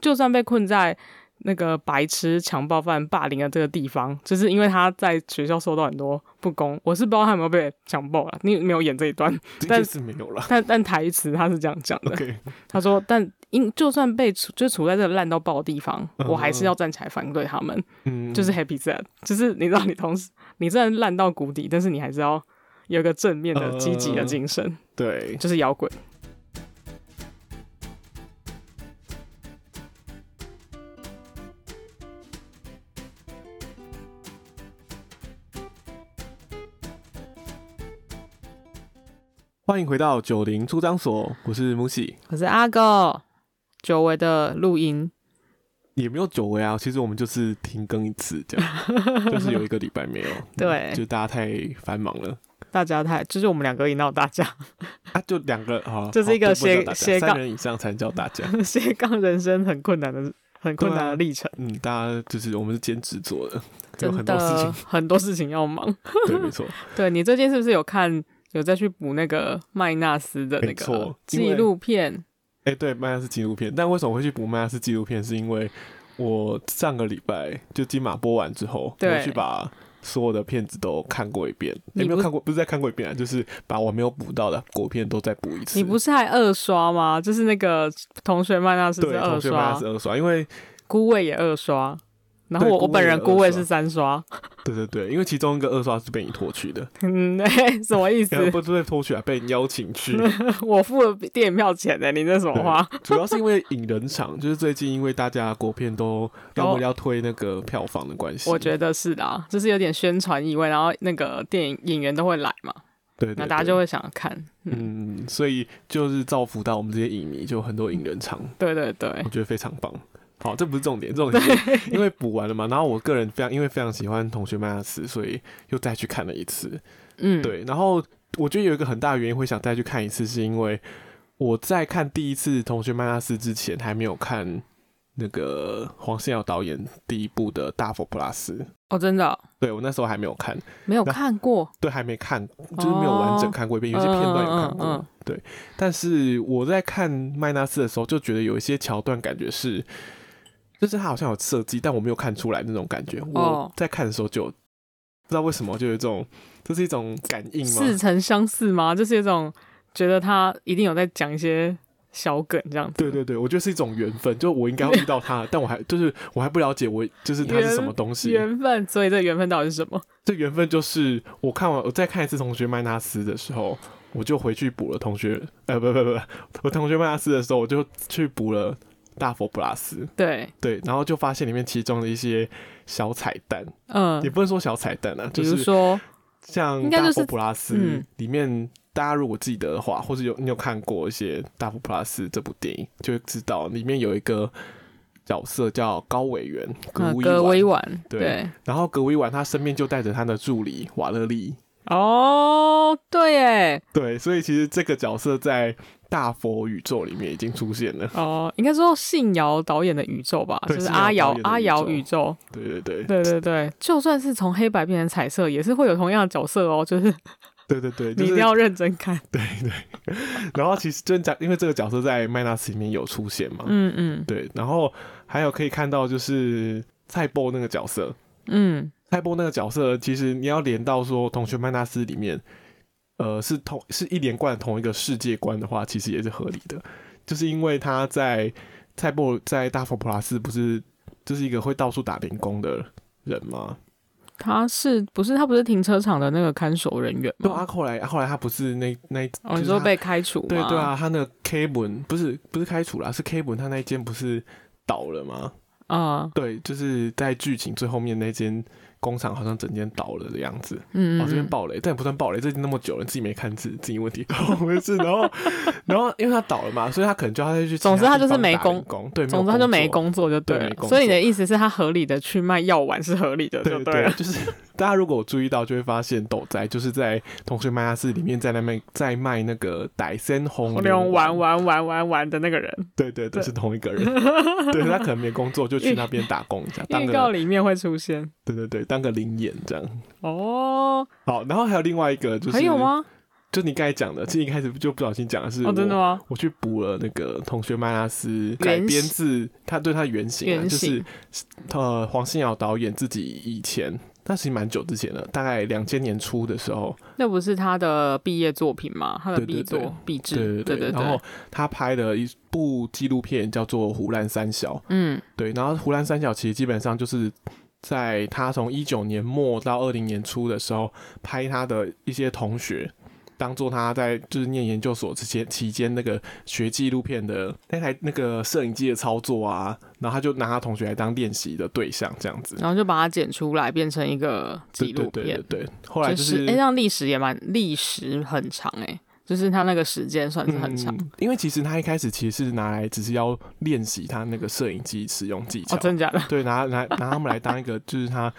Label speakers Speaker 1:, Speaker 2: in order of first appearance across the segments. Speaker 1: 就算被困在那个白痴强暴犯霸凌的这个地方，就是因为他在学校受到很多不公。我是不知道他有没有被强暴了，你没有演这一段，
Speaker 2: 这
Speaker 1: 但
Speaker 2: 件事没有 了。
Speaker 1: 但但台词他是这样讲的，
Speaker 2: OK，
Speaker 1: 他说：“但因就算被处就处在这个烂到爆的地方，
Speaker 2: 嗯
Speaker 1: 我还是要站起来反对他们。”
Speaker 2: 嗯，
Speaker 1: 就是 happy sad，就是你知道，你同时你虽然烂到谷底，但是你还是要有一个正面的、积极的
Speaker 2: 嗯
Speaker 1: 精神，
Speaker 2: 对，
Speaker 1: 就是摇滚。
Speaker 2: 欢迎回到九零出张所，我是木喜，
Speaker 1: 可是阿狗久违的录音，
Speaker 2: 也没有久违啊。其实我们就是停更一次这样， 就是有一个礼拜没有。嗯
Speaker 1: 对
Speaker 2: 就大家太繁忙了
Speaker 1: 大家太就是我们两个一闹大架，
Speaker 2: 啊，就两个啊，
Speaker 1: 这是一个
Speaker 2: 好不能
Speaker 1: 斜
Speaker 2: 叫大家
Speaker 1: 斜杠
Speaker 2: 三人以上才能叫大 家。
Speaker 1: 斜杠人生很困难的、很困难
Speaker 2: 对啊
Speaker 1: 的历程，
Speaker 2: 嗯，大家就是我们是兼职做的，有
Speaker 1: 真
Speaker 2: 很多事
Speaker 1: 的
Speaker 2: 情，
Speaker 1: 很多事情要忙。
Speaker 2: 对，没错，
Speaker 1: 对你最近是不是有看？有再去补那个麦纳斯的那
Speaker 2: 没
Speaker 1: 个
Speaker 2: 错因为
Speaker 1: 纪录片，
Speaker 2: 哎、对，麦亚是纪录片，但为什么会去补麦亚是纪录片？是因为我上个礼拜就金马播完之后，
Speaker 1: 对
Speaker 2: 我去把所有的片子都看过一遍，
Speaker 1: 你
Speaker 2: 也、
Speaker 1: 不
Speaker 2: 没有看过，不是在看过一遍啊，就是把我没有补到的国片都再补一次。
Speaker 1: 你不是还二刷吗？就是那个同学麦纳斯
Speaker 2: 对
Speaker 1: 是二
Speaker 2: 同学麦
Speaker 1: 刷
Speaker 2: 亚是，二刷，因为
Speaker 1: 孤味也二刷，然后
Speaker 2: 对
Speaker 1: 我我
Speaker 2: 孤味
Speaker 1: 本
Speaker 2: 也
Speaker 1: 人
Speaker 2: 二
Speaker 1: 孤味
Speaker 2: 刷
Speaker 1: 是三刷，
Speaker 2: 对对对，因为其中一个二刷是被你拖去的，
Speaker 1: 嗯，嘿什么 意思？
Speaker 2: 不是被拖去啊，被你邀请去。
Speaker 1: 我付了电影票钱欸呢、你这什么话？
Speaker 2: 主要是因为引人场，就是最近因为大家国片都 要
Speaker 1: 哦
Speaker 2: 为了要推那个票房的关系，
Speaker 1: 我觉得是的、啊，就是有点宣传意味，然后那个电影演员都会来嘛，
Speaker 2: 对对
Speaker 1: 那大家
Speaker 2: 对
Speaker 1: 就会想看。 嗯，
Speaker 2: 嗯，所以就是造福到我们这些影迷，就很多影人场，
Speaker 1: 对对对
Speaker 2: 我，觉得非常棒。好，这不是重点，重点是因为补完了嘛。然后我个人非常，因为非常喜欢《同学麦纳斯》，所以又再去看了一次。
Speaker 1: 嗯，
Speaker 2: 对，然后我觉得有一个很大的原因会想再去看一次，是因为我在看第一次《同学麦纳斯》之前，还没有看那个黄信尧导演第一部的《大佛普拉斯》。
Speaker 1: 哦，真的哦、
Speaker 2: 对我那时候还没有看，
Speaker 1: 没有
Speaker 2: 那
Speaker 1: 看过，
Speaker 2: 对，还没看，就是没有完整看过一遍，有些片段有看过。
Speaker 1: 哦嗯嗯嗯
Speaker 2: 对，但是我在看麦纳斯的时候，就觉得有一些桥段感觉是，就是他好像有设计，但我没有看出来那种感觉。
Speaker 1: 哦
Speaker 2: 我在看的时候就有不知道为什么就有一种，这是一种感应吗？
Speaker 1: 似曾相识吗？就是有一种觉得他一定有在讲一些小梗这样子。
Speaker 2: 对对对，我觉得是一种缘分，就我应该要遇到他，但我还就是我还不了解我就是他是什么东西。
Speaker 1: 缘分，所以这缘分到底是什么？
Speaker 2: 这缘分就是我看完我再看一次《同学麦纳斯》的时候，我就回去补了同学，呃，不不不，我同学麦纳斯的时候，我就去补了大佛普拉斯，
Speaker 1: 对，
Speaker 2: 对，然后就发现里面其中的一些小彩蛋，
Speaker 1: 嗯
Speaker 2: 也，不能说小彩蛋啊，
Speaker 1: 比
Speaker 2: 就
Speaker 1: 如
Speaker 2: 是
Speaker 1: 说，应
Speaker 2: 像
Speaker 1: 该
Speaker 2: 大
Speaker 1: 就是
Speaker 2: 佛普拉斯
Speaker 1: 嗯
Speaker 2: 里面。大家如果记得的话，或是有你有看过一些《大佛普拉斯》这部电影，就会知道里面有一个角色叫高委员格
Speaker 1: 嗯，
Speaker 2: 威
Speaker 1: 格
Speaker 2: 婉
Speaker 1: 威碗，
Speaker 2: 对
Speaker 1: 对，
Speaker 2: 然后格威婉他身边就带着他的助理瓦勒利，
Speaker 1: 哦，对耶，
Speaker 2: 对，所以其实这个角色在大佛宇宙里面已经出现了。
Speaker 1: 哦，应该说信尧导演的宇宙吧，
Speaker 2: 对
Speaker 1: 就是
Speaker 2: 信
Speaker 1: 阿
Speaker 2: 尧
Speaker 1: 瑶
Speaker 2: 导演的
Speaker 1: 阿
Speaker 2: 宇
Speaker 1: 瑶
Speaker 2: 宙
Speaker 1: 宇宙，
Speaker 2: 对对对
Speaker 1: 对对对，就算是从黑白变成彩色，也是会有同样的角色哦，就是
Speaker 2: 对对对，
Speaker 1: 你
Speaker 2: 就
Speaker 1: 一
Speaker 2: 是
Speaker 1: 定要认真看，
Speaker 2: 对对。然后其实真讲，因为这个角色在麦纳斯里面有出现嘛，
Speaker 1: 嗯嗯
Speaker 2: 对。然后还有可以看到就是蔡波那个角色，
Speaker 1: 嗯，
Speaker 2: 蔡波那个角色其实你要连到说《同学麦纳斯》里面，呃，是同是一连贯同一个世界观的话，其实也是合理的，就是因为他在蔡波在大佛普拉斯不是就是一个会到处打零工的人吗？
Speaker 1: 他是不是他不是停车场的那个看守人员
Speaker 2: 对
Speaker 1: 吗？
Speaker 2: 啊，后来后来他不是那那一
Speaker 1: 嗯哦，
Speaker 2: 就是
Speaker 1: 你说
Speaker 2: 他
Speaker 1: 被开除吗？
Speaker 2: 对对，啊，他那个 K 本不是不是开除啦，是 K 本他那一间不是倒了吗？
Speaker 1: 啊
Speaker 2: 对，就是在剧情最后面那间工厂好像整间倒了的样子。
Speaker 1: 嗯，
Speaker 2: 哦，这边
Speaker 1: 嗯
Speaker 2: 暴雷，但也不算暴雷，这已经那么久了，自己没看自自己问题，没事。然后 然后因为他倒了嘛，所以他可能就要再去其
Speaker 1: 总之
Speaker 2: 他
Speaker 1: 他
Speaker 2: 地
Speaker 1: 就是
Speaker 2: 方
Speaker 1: 没
Speaker 2: 打
Speaker 1: 工
Speaker 2: 零工，对，
Speaker 1: 总之他就没
Speaker 2: 工作。
Speaker 1: 工作就
Speaker 2: 对没
Speaker 1: 了，
Speaker 2: 工
Speaker 1: 所以你
Speaker 2: 作
Speaker 1: 的意思是他合理的去卖药丸是合理的，
Speaker 2: 对
Speaker 1: 就
Speaker 2: 对
Speaker 1: 了，
Speaker 2: 就是大家如果有注意到，就会发现斗仔就是在同学麦亚斯里面在那卖在卖那个傣森红
Speaker 1: 那种
Speaker 2: 莲
Speaker 1: 玩玩玩玩玩的那个人，
Speaker 2: 对对对，
Speaker 1: 对
Speaker 2: 是同一 个人。对他可能没工作，就去那边打工一下，当
Speaker 1: 预告
Speaker 2: 个
Speaker 1: 里面会出现
Speaker 2: 对对对，当个灵眼这样。
Speaker 1: 哦，
Speaker 2: 好，然后还有另外一个就是
Speaker 1: 还有？吗？
Speaker 2: 就你刚才讲的，其实一开始就不小心讲的是
Speaker 1: 哦，真的
Speaker 2: 我
Speaker 1: 吗？
Speaker 2: 我去补了那个同学麦拉斯改
Speaker 1: 原
Speaker 2: 编
Speaker 1: 型
Speaker 2: 自他对他的原型、啊，
Speaker 1: 原
Speaker 2: 就是
Speaker 1: 型
Speaker 2: 呃黄信尧导演自己以前，那其实蛮久之前的，大概两千年初的时候，
Speaker 1: 那不是他的毕业作品吗？他的
Speaker 2: 对对
Speaker 1: 毕
Speaker 2: 对
Speaker 1: 作、毕
Speaker 2: 对
Speaker 1: 制，
Speaker 2: 对
Speaker 1: 对
Speaker 2: 然后他拍了一部纪录片叫做《胡兰三小》，
Speaker 1: 嗯
Speaker 2: 对，然后《胡兰三小》其实基本上就是在他从一九年末到二零年初的时候拍他的一些同学。当做他在就是念研究所之前期间那个学纪录片的那台那个摄影机的操作啊，然后他就拿他同学来当练习的对象这样子。
Speaker 1: 然后就把它剪出来变成一个纪录片，
Speaker 2: 对对对对对。后来
Speaker 1: 就
Speaker 2: 就是
Speaker 1: 哎、诶让历史也蛮历史很长哎、就是他那个时间算是很长、
Speaker 2: 嗯，因为其实他一开始其实是拿来只是要练习他那个摄影机使用技 巧，
Speaker 1: 哦，真的假的？
Speaker 2: 对，拿拿拿他们来当一个就是他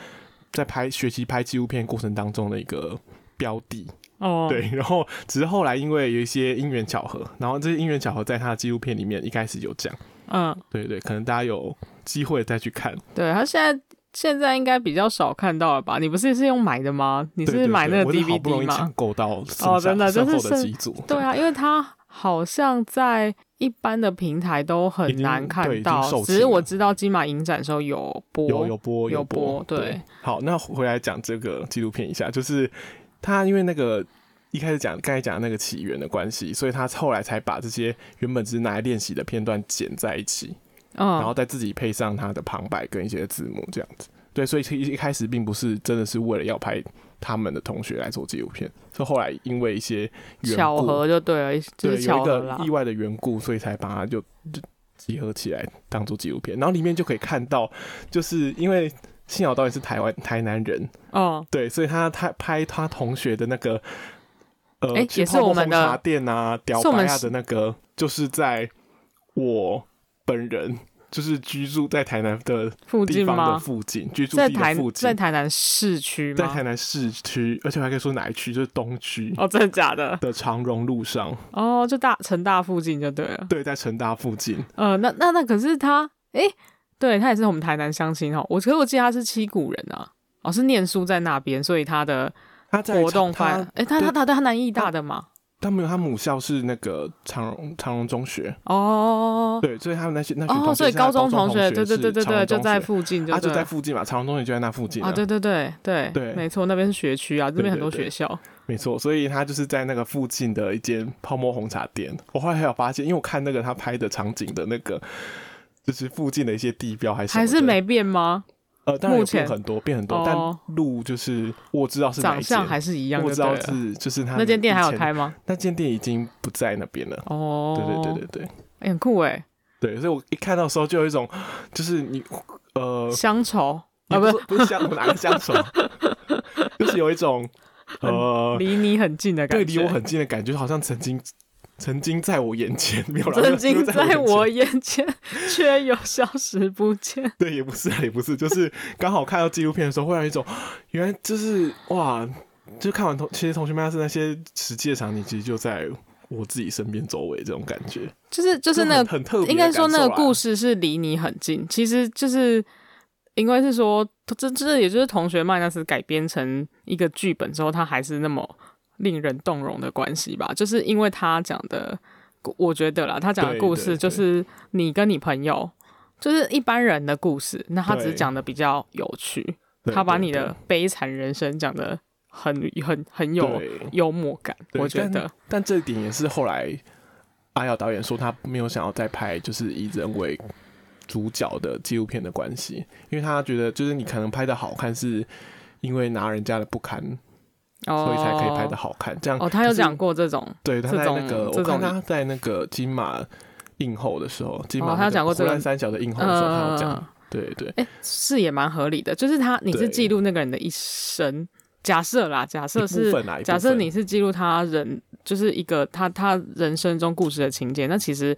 Speaker 2: 在拍学习拍纪录片过程当中的一个标的，
Speaker 1: 哦，
Speaker 2: 对。然后只是后来因为有一些因缘巧合，然后这些因缘巧合在他的纪录片里面一开始有讲，
Speaker 1: 嗯，
Speaker 2: 对对，可能大家有机会再去看，
Speaker 1: 对他现在现在应该比较少看到了吧？你不是是用买的吗？你
Speaker 2: 你
Speaker 1: 是买那个
Speaker 2: 好不容
Speaker 1: DVD
Speaker 2: 易抢
Speaker 1: 吗？
Speaker 2: 购到
Speaker 1: 哦真的
Speaker 2: 剩
Speaker 1: 就是
Speaker 2: 下剩后的
Speaker 1: 剩
Speaker 2: 几组，
Speaker 1: 对啊，因为他好像在一般的平台都
Speaker 2: 已
Speaker 1: 很
Speaker 2: 经
Speaker 1: 难
Speaker 2: 对已
Speaker 1: 看
Speaker 2: 经
Speaker 1: 到
Speaker 2: 售，
Speaker 1: 只是
Speaker 2: 罄
Speaker 1: 我
Speaker 2: 了
Speaker 1: 知道金马影展的时候有播，
Speaker 2: 有有播
Speaker 1: 有
Speaker 2: 播
Speaker 1: 播，对
Speaker 2: 好，那回来讲这个纪录片一下，就是他因为那个一开始讲刚才讲的那个起源的关系，所以他后来才把这些原本只是拿来练习的片段剪在一起，
Speaker 1: 嗯，
Speaker 2: 然后再自己配上他的旁白跟一些字幕这样子。对，所以其实一开始并不是真的是为了要拍他们的同学来做纪录片，是后来因为一些缘
Speaker 1: 巧
Speaker 2: 故，
Speaker 1: 合就对了，就
Speaker 2: 对，
Speaker 1: 是
Speaker 2: 有
Speaker 1: 巧
Speaker 2: 一
Speaker 1: 合
Speaker 2: 个
Speaker 1: 啦
Speaker 2: 意。外的缘故，所以才把它就就集合起来当做纪录片。然后里面就可以看到，就是因为幸好导演是台湾台南人，
Speaker 1: 嗯，
Speaker 2: 对，所以他他拍他同学的那个，呃，
Speaker 1: 诶
Speaker 2: 去
Speaker 1: 也是
Speaker 2: 泡沫
Speaker 1: 我们
Speaker 2: 红
Speaker 1: 的
Speaker 2: 茶店啊，屌
Speaker 1: 是我
Speaker 2: 白
Speaker 1: 们
Speaker 2: 亚
Speaker 1: 是
Speaker 2: 的那个，就是在我本人就是居住在台南的
Speaker 1: 附
Speaker 2: 地
Speaker 1: 近
Speaker 2: 方的
Speaker 1: 吗？
Speaker 2: 附近，居住
Speaker 1: 在
Speaker 2: 地的
Speaker 1: 台
Speaker 2: 附近
Speaker 1: 在，台南市区
Speaker 2: 在
Speaker 1: 吗？
Speaker 2: 台南市区，而且我还可以说哪一区，就是东区
Speaker 1: 哦，真的假的？
Speaker 2: 的长荣路上，
Speaker 1: 哦，就大成大附近就对了。
Speaker 2: 对，在成大附近。
Speaker 1: 呃，那那那可是他，诶，对他也是我们台南乡亲哦。我可是我记得他是七股人啊，哦，是念书在那边，所以他的
Speaker 2: 他在
Speaker 1: 活动
Speaker 2: 他
Speaker 1: 范，诶，他
Speaker 2: 对
Speaker 1: 他他他南艺大的嘛，
Speaker 2: 他没有，他母校是那个长荣长荣中学，
Speaker 1: 哦
Speaker 2: 对，所以他们那些那群同
Speaker 1: 哦，
Speaker 2: 学
Speaker 1: 所以
Speaker 2: 是他
Speaker 1: 高中
Speaker 2: 同
Speaker 1: 学，
Speaker 2: 是
Speaker 1: 对对对对
Speaker 2: 长荣
Speaker 1: 对，
Speaker 2: 中
Speaker 1: 就在
Speaker 2: 学
Speaker 1: 附近，
Speaker 2: 啊，
Speaker 1: 对
Speaker 2: 就在附近嘛，长荣中学就在那附近
Speaker 1: 啊，对对对对
Speaker 2: 对
Speaker 1: 没错，那边是学区啊，这
Speaker 2: 对
Speaker 1: 边很
Speaker 2: 对
Speaker 1: 多
Speaker 2: 对
Speaker 1: 学校，
Speaker 2: 没错，所以他就是在那个附近的一间泡沫红茶店。我后来还有发现，因为我看那个他拍的场景的那个，就是附近的一些地标还是什么
Speaker 1: 还
Speaker 2: 的
Speaker 1: 是没变吗？
Speaker 2: 呃，当然
Speaker 1: 目
Speaker 2: 有
Speaker 1: 前
Speaker 2: 变很多，变很多，
Speaker 1: 哦
Speaker 2: 但路就是我知道是哪
Speaker 1: 长
Speaker 2: 一间
Speaker 1: 相，还是一样
Speaker 2: 我
Speaker 1: 就
Speaker 2: 知
Speaker 1: 对
Speaker 2: 道
Speaker 1: 了。
Speaker 2: 是就是他
Speaker 1: 那间店还有
Speaker 2: 以前，
Speaker 1: 开吗？
Speaker 2: 那间店已经不在那边了。
Speaker 1: 哦，
Speaker 2: 对对对对对
Speaker 1: 哎、很酷哎，
Speaker 2: 对，所以我一看到的时候就有一种，就是你呃，
Speaker 1: 乡愁
Speaker 2: 也
Speaker 1: 啊，
Speaker 2: 不
Speaker 1: 不
Speaker 2: 是
Speaker 1: 是
Speaker 2: 不是乡哪个乡愁，就是有一种呃，
Speaker 1: 离你很近的感
Speaker 2: 对
Speaker 1: 觉，
Speaker 2: 离我很近的感觉，好像曾经曾经在我眼前，没有啦
Speaker 1: 曾经
Speaker 2: 没有没
Speaker 1: 在
Speaker 2: 有我
Speaker 1: 我
Speaker 2: 眼前
Speaker 1: 眼前， 却又消失不见。
Speaker 2: 对，也不是啊也不是，就是刚好看到纪录片的时候，会让一种原来就是哇，就看完同其实同学们是那些实际的场景，其实就在。我自己身边周围这种感觉，
Speaker 1: 就是就
Speaker 2: 就是
Speaker 1: 那
Speaker 2: 很
Speaker 1: 个，
Speaker 2: 很特别的感受啦，啊
Speaker 1: 应该说那个故
Speaker 2: 事
Speaker 1: 事是离你很近，其实就是因为是说，这这也就是同学麦那是改编成一个剧本之后，它还是那么令人动容的关系吧，就是因为他讲的，我觉得啦，他讲的
Speaker 2: 对
Speaker 1: 故
Speaker 2: 对
Speaker 1: 事
Speaker 2: 对
Speaker 1: 就是你跟你朋友。就是一般人的故事，那他只
Speaker 2: 对
Speaker 1: 是讲的比较有趣，他把你的悲惨人生讲的很很很有
Speaker 2: 对
Speaker 1: 幽默感，
Speaker 2: 对
Speaker 1: 我觉得
Speaker 2: 但，但这一点也是后来阿耀导演说他没有想要再拍就是以人为主角的纪录片的关系，因为他觉得就是你可能拍的好看是因为拿人家的不堪，
Speaker 1: 哦，
Speaker 2: 所以才可以拍的好看。这样
Speaker 1: 哦，他有
Speaker 2: 就是
Speaker 1: 讲过这种，
Speaker 2: 对他在
Speaker 1: 这种
Speaker 2: 那个
Speaker 1: 这
Speaker 2: 我
Speaker 1: 种
Speaker 2: 看他在那个金马映后的时候，金马
Speaker 1: 哦他有讲过这个
Speaker 2: 湖南三小的映后的时候，他有讲，
Speaker 1: 嗯，
Speaker 2: 对对
Speaker 1: 哎，是也蛮合理的，就是他你
Speaker 2: 对
Speaker 1: 是记录那个人的一生，假设啦，假
Speaker 2: 一
Speaker 1: 设
Speaker 2: 部
Speaker 1: 是
Speaker 2: 分啊，一部
Speaker 1: 假设
Speaker 2: 分
Speaker 1: 你是记录他人，就是一个他他人生中故事的情节，那其实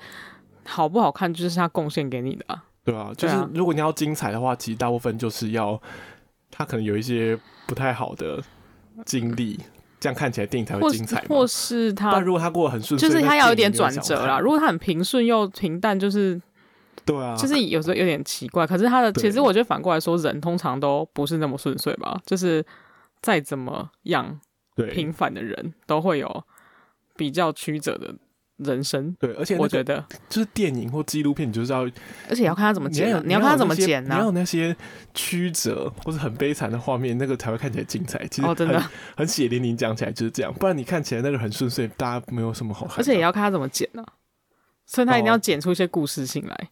Speaker 1: 好不好看就是他贡献给你的啊，
Speaker 2: 对啊，就
Speaker 1: 对
Speaker 2: 是
Speaker 1: 啊
Speaker 2: 如果你要精彩的话，其实大部分就是要他可能有一些不太好的经历，这样看起来电影才会
Speaker 1: 或
Speaker 2: 精彩嘛。
Speaker 1: 或是他
Speaker 2: 但如果他过得很顺遂，
Speaker 1: 就是
Speaker 2: 那
Speaker 1: 他要有点
Speaker 2: 电影
Speaker 1: 转
Speaker 2: 没
Speaker 1: 折
Speaker 2: 想
Speaker 1: 啦，
Speaker 2: 看
Speaker 1: 如果他很平顺又平淡，就是
Speaker 2: 对啊，
Speaker 1: 就是有时候有点奇怪，可是他的
Speaker 2: 对
Speaker 1: 其实我觉得反过来说，人通常都不是那么顺遂吧，就是再怎么样
Speaker 2: 对
Speaker 1: 平凡的人都会有比较曲折的人生。
Speaker 2: 对，而且那
Speaker 1: 我
Speaker 2: 个
Speaker 1: 觉得，
Speaker 2: 就是电影或纪录片，你就是要
Speaker 1: 而且要看他怎么
Speaker 2: 你要
Speaker 1: 剪、
Speaker 2: 有
Speaker 1: 啊，要看他怎么
Speaker 2: 那些
Speaker 1: 剪呢、
Speaker 2: 你要有那些曲折或是很悲惨的画面，那个才会看起来精彩。其实
Speaker 1: 哦，真的
Speaker 2: 很，很血淋淋，讲起来就是这样，不然你看起来那个很顺遂，大家没有什么好看的。
Speaker 1: 而且也要看他怎么剪呢、啊所以他一定
Speaker 2: 哦
Speaker 1: 要剪出一些故事性来。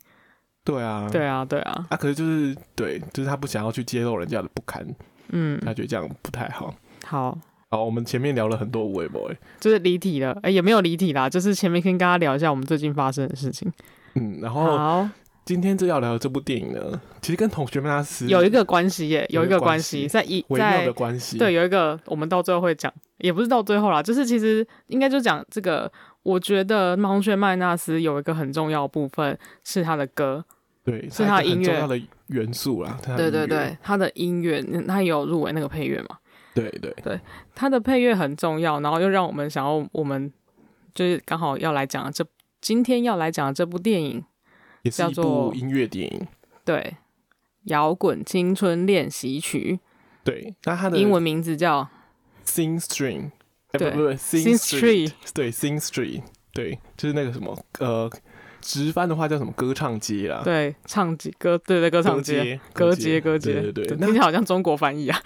Speaker 2: 对啊，
Speaker 1: 对啊，对啊，
Speaker 2: 啊，可是就是对，就是他不想要去揭露人家的不堪，
Speaker 1: 嗯，
Speaker 2: 他觉得这样不太好。
Speaker 1: 好，
Speaker 2: 好，我们前面聊了很多无为 boy，
Speaker 1: 就是离题了，哎、也没有离题啦，就是前面先跟大家聊一下我们最近发生的事情。
Speaker 2: 嗯，然后
Speaker 1: 好，
Speaker 2: 今天这要聊的这部电影呢，其实跟同学们他是
Speaker 1: 有一个关系耶，
Speaker 2: 有
Speaker 1: 有
Speaker 2: 一
Speaker 1: 一
Speaker 2: 个
Speaker 1: 个
Speaker 2: 关
Speaker 1: 关
Speaker 2: 系
Speaker 1: 系在一
Speaker 2: 微妙
Speaker 1: 在
Speaker 2: 的关系，
Speaker 1: 对，，有一个我们到最后会讲，也不是到最后啦，就是其实应该就讲这个。我觉得盲雀麦纳斯有一个很重要的部分是他的歌，
Speaker 2: 对，
Speaker 1: 是
Speaker 2: 它
Speaker 1: 他
Speaker 2: 一个
Speaker 1: 音
Speaker 2: 很
Speaker 1: 乐
Speaker 2: 重要的元素啦，它
Speaker 1: 对
Speaker 2: 的
Speaker 1: 对
Speaker 2: 音乐
Speaker 1: 对，他的音乐，嗯他也有入围那个配乐嘛，
Speaker 2: 对对，
Speaker 1: 他的配乐很重要，然后又让我们想要我们就是刚好要来讲的这今天要来讲的这部电影，
Speaker 2: 也是
Speaker 1: 叫
Speaker 2: 一部
Speaker 1: 做
Speaker 2: 音乐电影，
Speaker 1: 对，摇滚青春练习曲，
Speaker 2: 对，那它的
Speaker 1: 英文名字叫
Speaker 2: Sing Stream，哎不
Speaker 1: 对
Speaker 2: 不不
Speaker 1: Sing
Speaker 2: ，Sing
Speaker 1: Street，
Speaker 2: 对 Sing Street，对，就是那个什么呃，直翻的话叫什么歌唱街啦，
Speaker 1: 对，唱街歌，对对，歌唱街，
Speaker 2: 街，
Speaker 1: 歌街，歌
Speaker 2: 对
Speaker 1: 街，
Speaker 2: 对对，
Speaker 1: 听起来好像中国翻译啊，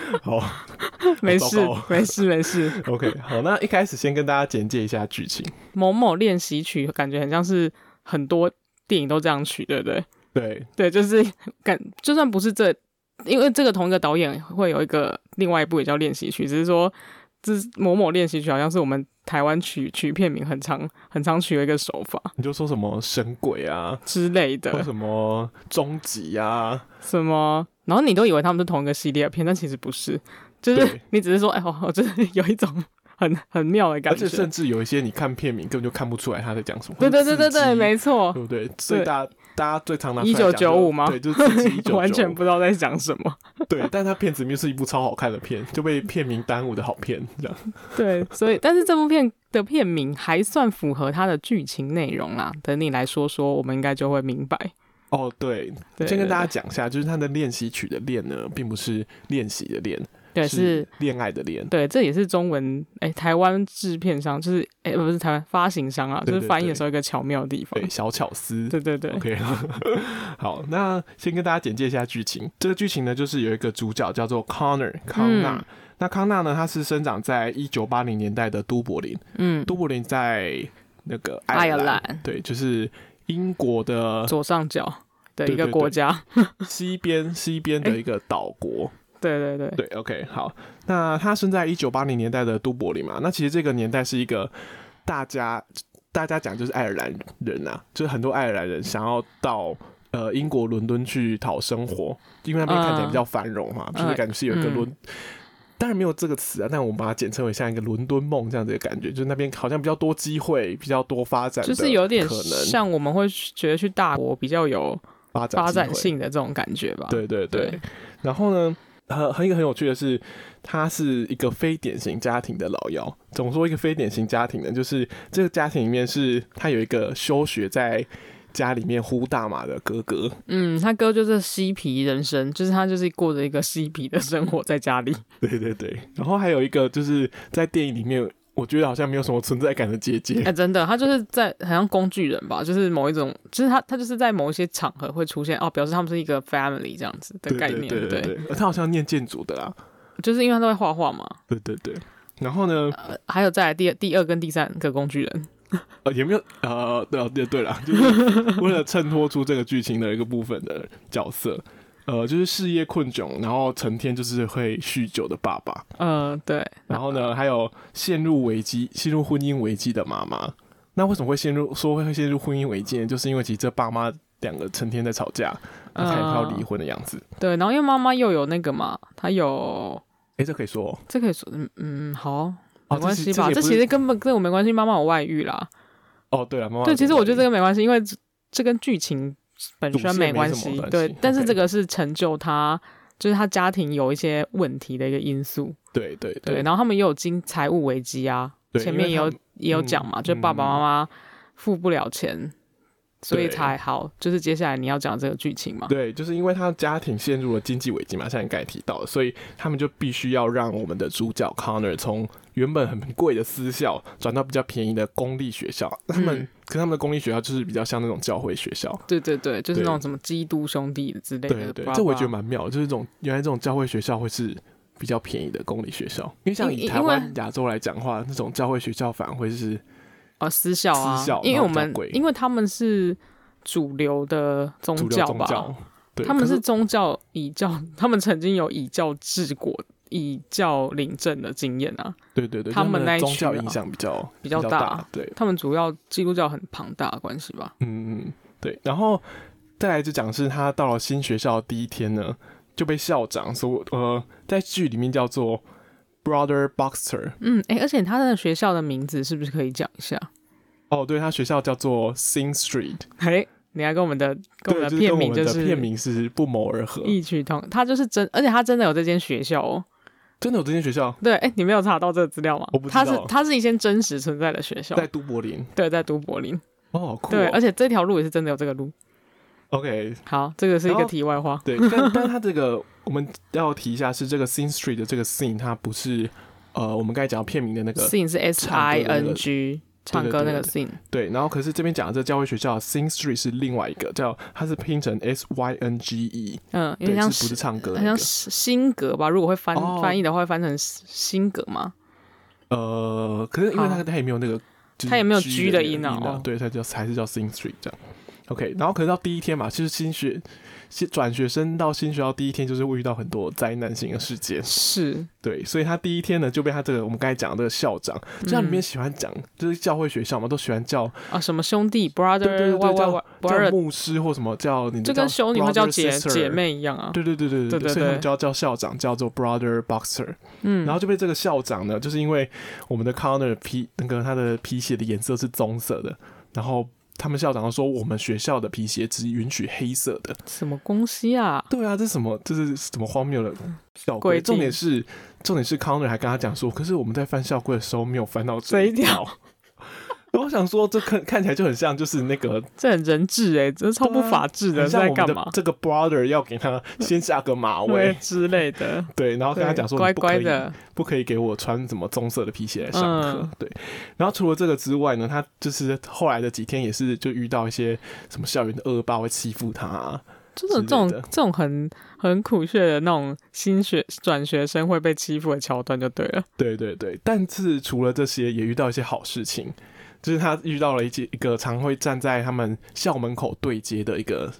Speaker 2: 那 好。
Speaker 1: 没事
Speaker 2: 糟糕，哦
Speaker 1: 没事，没事。
Speaker 2: OK，好， 那一开始先跟大家简介一下剧情。
Speaker 1: 某某练习曲感觉很像是很多电影都这样取，对不对？
Speaker 2: 对
Speaker 1: 对，就是感，就算不是这，因为这个同一个导演会有一个另外一部也叫练习曲，只是说这某某练习曲好像是我们台湾曲曲片名很常很常取的一个手法
Speaker 2: 你就说什么神鬼啊，
Speaker 1: 之类
Speaker 2: 或
Speaker 1: 的，
Speaker 2: 什么终极啊，
Speaker 1: 什么，然后你都以为他们是同一个系列的片，但其实不是，就是
Speaker 2: 对
Speaker 1: 你只是说，哎，我我真的有一种很很妙的感
Speaker 2: 而
Speaker 1: 觉
Speaker 2: 且，甚至有一些你看片名根本就看不出来他在讲什么。
Speaker 1: 对对对对
Speaker 2: 刺
Speaker 1: 对，
Speaker 2: 激
Speaker 1: 没错
Speaker 2: 对，不对？最大大家最常拿出来讲就
Speaker 1: 1995吗
Speaker 2: 对，就是自 己
Speaker 1: 完全不知道在讲什 么。
Speaker 2: 对，但他片子明明是一部超好看的片，就被片名耽误的好片，这样
Speaker 1: 对，所以但是这部片的片名还算符合它的剧情内容啦。等你来说说，我们应该就会明白。
Speaker 2: 哦，对，
Speaker 1: 对
Speaker 2: 先跟大家
Speaker 1: 家，
Speaker 2: 讲一下，就是他的练习曲的练呢，并不是练习的练，
Speaker 1: 对对是，
Speaker 2: 恋爱的恋。
Speaker 1: 对，这也是中文哎、台湾制片商就是哎、不是台湾发行商啊，就
Speaker 2: 对
Speaker 1: 是
Speaker 2: 对
Speaker 1: 翻译
Speaker 2: 对
Speaker 1: 的时候一个巧妙的地方
Speaker 2: 对，。小巧思，
Speaker 1: 对对对
Speaker 2: OK，好，那先跟大家简介一下剧情。这个剧情呢，就是有一个主角叫做 Connor 康纳。
Speaker 1: 嗯
Speaker 2: 那康纳呢，他是生长在一九八零年代的都柏林。
Speaker 1: 嗯，
Speaker 2: 都柏林在那个
Speaker 1: 爱
Speaker 2: 爱尔
Speaker 1: 尔
Speaker 2: 兰，
Speaker 1: 兰
Speaker 2: 对，就是英国的
Speaker 1: 左上角的
Speaker 2: 对
Speaker 1: 一个
Speaker 2: 对
Speaker 1: 国
Speaker 2: 对
Speaker 1: 家。
Speaker 2: 西边西边的一个岛国。
Speaker 1: 对对对，
Speaker 2: 对，OK，好。那他生在一九八零年代的都柏林嘛，那其实这个年代是一个大家大家讲就是爱尔兰人啊，就是很多爱尔兰人想要到呃英国伦敦去讨生活，因为那边看起来比较繁荣嘛，
Speaker 1: 嗯
Speaker 2: 就是感觉是有一个
Speaker 1: 嗯
Speaker 2: 伦。当然没有这个词啊，但我们把它简称为像一个伦敦梦这样子的感觉，就是那边好像比较多机会，比较多发展的可
Speaker 1: 就
Speaker 2: 能，
Speaker 1: 是有点像我们会觉得去大国比较有
Speaker 2: 发展
Speaker 1: 发
Speaker 2: 机
Speaker 1: 展
Speaker 2: 会
Speaker 1: 性的这种感觉吧。
Speaker 2: 对对对。
Speaker 1: 对
Speaker 2: 然后呢，很很一个很有趣的是，他是一个非典型家庭的老幺。怎么说一个非典型家庭呢？就是这个家庭里面是他有一个休学在家里面呼大麻的哥哥。
Speaker 1: 嗯，他哥就是嬉皮人生，就是他就是过着一个嬉皮的生活在 家里。
Speaker 2: 对对对。然后还有一个就是在电影里面，我觉得好像没有什么存在感的姐姐
Speaker 1: 哎、。真的，他就是在好像工具人吧，就是某一种，就是他他就是在某一些场合会出现哦，表示他们是一个 family 这样子 的
Speaker 2: 对
Speaker 1: 概
Speaker 2: 对
Speaker 1: 念，
Speaker 2: 对
Speaker 1: 不
Speaker 2: 对，呃他好像念建筑的啦。
Speaker 1: 就是因为他都会画画嘛。
Speaker 2: 对对对。然后呢，
Speaker 1: 呃还有再来第二第二跟第三个工具人，
Speaker 2: 呃，也没有，呃，对啊对对啦，就是为了衬托出这个剧情的一个部分的角色，呃，就是事业困窘，然后成天就是会酗酒的爸爸，
Speaker 1: 嗯、对，
Speaker 2: 然后呢，还有陷入危机、陷入婚姻危机的妈妈。那为什么会陷入说会陷入婚姻危机呢？就是因为其实这爸妈两个成天在吵架，然后看要离婚的样子。
Speaker 1: 对，然后因为妈妈又有那个嘛，她有
Speaker 2: 诶，这可以说哦
Speaker 1: 这可以说，嗯嗯，好，
Speaker 2: 哦，
Speaker 1: 没关系
Speaker 2: 这
Speaker 1: 吧，这
Speaker 2: 这也不
Speaker 1: 其
Speaker 2: 是
Speaker 1: 实根本跟我没关系，妈妈有外遇啦，
Speaker 2: 哦，对了，妈妈
Speaker 1: 对，其实我觉得这
Speaker 2: 个
Speaker 1: 个没关系，因为这这跟剧情本
Speaker 2: 主
Speaker 1: 身
Speaker 2: 线
Speaker 1: 没
Speaker 2: 没
Speaker 1: 关
Speaker 2: 什么
Speaker 1: 系
Speaker 2: 关，
Speaker 1: 对
Speaker 2: 系，
Speaker 1: 但是
Speaker 2: OK
Speaker 1: 这个是成就他，就是他家庭有一些问题的一个因素，
Speaker 2: 对对
Speaker 1: 对，然后他们也有经财务危机啊，
Speaker 2: 对
Speaker 1: 前
Speaker 2: 因为
Speaker 1: 面也有
Speaker 2: 他
Speaker 1: 也有
Speaker 2: 嗯
Speaker 1: 讲嘛，就爸爸妈妈付不了钱所以
Speaker 2: 对
Speaker 1: 才好。就是接下来你要讲这个剧情嘛，
Speaker 2: 对，就是因为他家庭陷入了经济危机嘛，像你刚才提到的，所以他们就必须要让我们的主角 Connor 从原本很贵的私校转到比较便宜的公立学校。他们、
Speaker 1: 嗯
Speaker 2: 可他们的公立学校就是比较像那种教会学校。
Speaker 1: 对对对，就是
Speaker 2: 对
Speaker 1: 那种什么基督兄弟之类的。
Speaker 2: 对对，
Speaker 1: blah
Speaker 2: 这我也
Speaker 1: blah
Speaker 2: 觉得蛮妙的，就是这种原来这种教会学校会是比较便宜的公立学校，因为像
Speaker 1: 因
Speaker 2: 以
Speaker 1: 因
Speaker 2: 台
Speaker 1: 因为
Speaker 2: 湾亚洲来讲的话，那种教会学校反而会是
Speaker 1: 哦，私校啊，
Speaker 2: 私校
Speaker 1: 因为
Speaker 2: 然
Speaker 1: 我
Speaker 2: 后比较
Speaker 1: 们
Speaker 2: 贵
Speaker 1: 因为他们是主流的宗
Speaker 2: 主流
Speaker 1: 教
Speaker 2: 宗
Speaker 1: 吧，
Speaker 2: 教。对，
Speaker 1: 他们
Speaker 2: 可
Speaker 1: 是宗教以教，他们曾经有以教治国、以教领政的经验啊。
Speaker 2: 对对对，
Speaker 1: 他们
Speaker 2: 的
Speaker 1: 那一
Speaker 2: 宗
Speaker 1: 区
Speaker 2: 教
Speaker 1: 啊
Speaker 2: 影响比较
Speaker 1: 比较大
Speaker 2: 大，对，
Speaker 1: 他们主要基督教很庞大的关系吧？
Speaker 2: 嗯，嗯，对。然后再来就讲是他到了新学校的第一天呢，就被校长说，呃，在剧里面叫做 Brother Boxer，
Speaker 1: 嗯，哎、而且他的学校的名字是不是可以讲一 下？
Speaker 2: 哦，对，他学校叫做 Sing Street，
Speaker 1: 嘿，你还跟我们的跟我
Speaker 2: 对，
Speaker 1: 们的
Speaker 2: 就是跟
Speaker 1: 片
Speaker 2: 我
Speaker 1: 名
Speaker 2: 们
Speaker 1: 就
Speaker 2: 的
Speaker 1: 是
Speaker 2: 片名是不谋而合。
Speaker 1: 异曲同，他就是真，而且他真的有这间学校哦。
Speaker 2: 真的有这间学校
Speaker 1: 对，哎、你没有查到这个资料吗？
Speaker 2: 我不知
Speaker 1: 他是
Speaker 2: 道
Speaker 1: 他是一间真实存在的学校，
Speaker 2: 在都柏林，
Speaker 1: 对，在都柏林。
Speaker 2: 哦，好酷、哦。
Speaker 1: 对，而且这条路也是真的有这个路。
Speaker 2: OK，
Speaker 1: 好，这个是一
Speaker 2: 然
Speaker 1: 个
Speaker 2: 后
Speaker 1: 题外话。
Speaker 2: 对，但 但他这个我们要提一下是这个 Sing Street 的这个 Sing，它不是呃我们刚才讲片名的那个
Speaker 1: Sing 是 S
Speaker 2: 唱
Speaker 1: I
Speaker 2: 歌的那
Speaker 1: N
Speaker 2: 个
Speaker 1: G，唱歌那个
Speaker 2: 对
Speaker 1: Sing。
Speaker 2: 对，然后可是这边讲的这教会学校的 Sing Street 是另外一个叫，它是拼成 S Y N G E，
Speaker 1: 嗯，有
Speaker 2: 对，
Speaker 1: 点
Speaker 2: 是
Speaker 1: 像
Speaker 2: 不是唱歌
Speaker 1: 很像
Speaker 2: 那个？
Speaker 1: 辛格吧？如果会翻、
Speaker 2: 哦
Speaker 1: 翻译的话，会翻成辛格吗？
Speaker 2: 呃，可是因为它它也没有那个，就是
Speaker 1: 它也没有
Speaker 2: G
Speaker 1: G
Speaker 2: 的
Speaker 1: 的
Speaker 2: 那个音
Speaker 1: 音啊哦
Speaker 2: 对，它叫还是叫 Sing Street 这样。OK，然后可是到第一天嘛，就是新学新转学生到新学校第一天，就是会遇到很多灾难性的事件，
Speaker 1: 是，
Speaker 2: 对，所以他第一天呢就被他这个我们刚才讲的这个校长，就像里面
Speaker 1: 嗯
Speaker 2: 喜欢讲，就是教会学校嘛，都喜欢叫
Speaker 1: 啊，什么兄弟
Speaker 2: 对对
Speaker 1: brother
Speaker 2: 对
Speaker 1: y
Speaker 2: 叫
Speaker 1: y y
Speaker 2: 叫
Speaker 1: brother，
Speaker 2: 牧师或什么叫你的
Speaker 1: 就跟
Speaker 2: 叫
Speaker 1: 兄弟会叫
Speaker 2: brother
Speaker 1: 姐
Speaker 2: sister
Speaker 1: 姐妹一样啊。
Speaker 2: 对对对哦对
Speaker 1: 对
Speaker 2: 对
Speaker 1: 对
Speaker 2: 所以他们
Speaker 1: 对
Speaker 2: 就要叫校长叫做 Brother Boxer，、
Speaker 1: 嗯，
Speaker 2: 然后就被这个校长呢，就是因为我们的 Connor 皮那个他的皮鞋的颜色是棕色的，然后他们校长就说我们学校的皮鞋只允许黑色的。
Speaker 1: 什么东西啊？
Speaker 2: 对啊，这是什么？这是什么荒谬的校
Speaker 1: 规
Speaker 2: 规？
Speaker 1: 定
Speaker 2: 重点是重点是 Connor 还跟他讲说，可是我们在翻校规的时候没有翻 到
Speaker 1: 这
Speaker 2: 这
Speaker 1: 一
Speaker 2: 一
Speaker 1: 条
Speaker 2: 条。然后我想说，这看看起来就很像，就是那个
Speaker 1: 这很人质哎、欸，这超不
Speaker 2: 对啊
Speaker 1: 法治的，
Speaker 2: 很
Speaker 1: 是
Speaker 2: 像
Speaker 1: 在
Speaker 2: 我们
Speaker 1: 干
Speaker 2: 的
Speaker 1: 嘛？
Speaker 2: 这个 brother 要给他先下个马
Speaker 1: 对
Speaker 2: 威，
Speaker 1: 之类的，
Speaker 2: 对，然后跟他
Speaker 1: 对
Speaker 2: 讲说
Speaker 1: 乖
Speaker 2: 你不可
Speaker 1: 乖
Speaker 2: 以
Speaker 1: 的，
Speaker 2: 不可以给我穿什么棕色的皮鞋来上课。
Speaker 1: 嗯
Speaker 2: 对，然后除了这个之外呢，他就是后来的几天也是就遇到一些什么校园的恶霸会欺负他啊、
Speaker 1: 就是这
Speaker 2: 之类
Speaker 1: 种
Speaker 2: 的
Speaker 1: 这种很很苦血的那种新学转学生会被欺负的桥段就对了。
Speaker 2: 对对对，但是除了这些，也遇到一些好事情，就是他遇到了一些一个常会站在他们校门口对接的一个。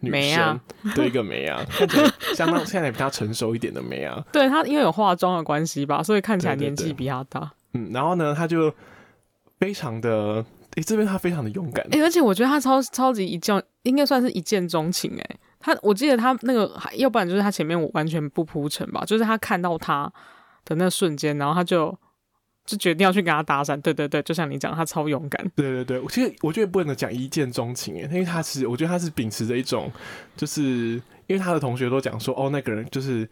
Speaker 2: 女
Speaker 1: 妹
Speaker 2: 生、
Speaker 1: 啊
Speaker 2: 对一个梅 啊，看起来相当现在比他成熟一点的梅啊，
Speaker 1: 对他因为有化妆的关系吧，所以看起来
Speaker 2: 对对
Speaker 1: 年纪
Speaker 2: 对
Speaker 1: 比他大。
Speaker 2: 嗯，然后呢，他就非常的，诶、这边他非常的勇敢，
Speaker 1: 哎、而且我觉得他超超级一见，应该算是一见钟情哎、他我记得他那个，还要不然就是他前面我完全不铺陈吧，就是他看到他的那瞬间，然后他就就决定要去跟他搭讪。对对对，就像你讲，他超勇敢。
Speaker 2: 对对对，我其实我觉得不能讲一见钟情诶，欸因为他是我觉得他是秉持着一种，就是因为他的同学都讲说，哦，那个人就是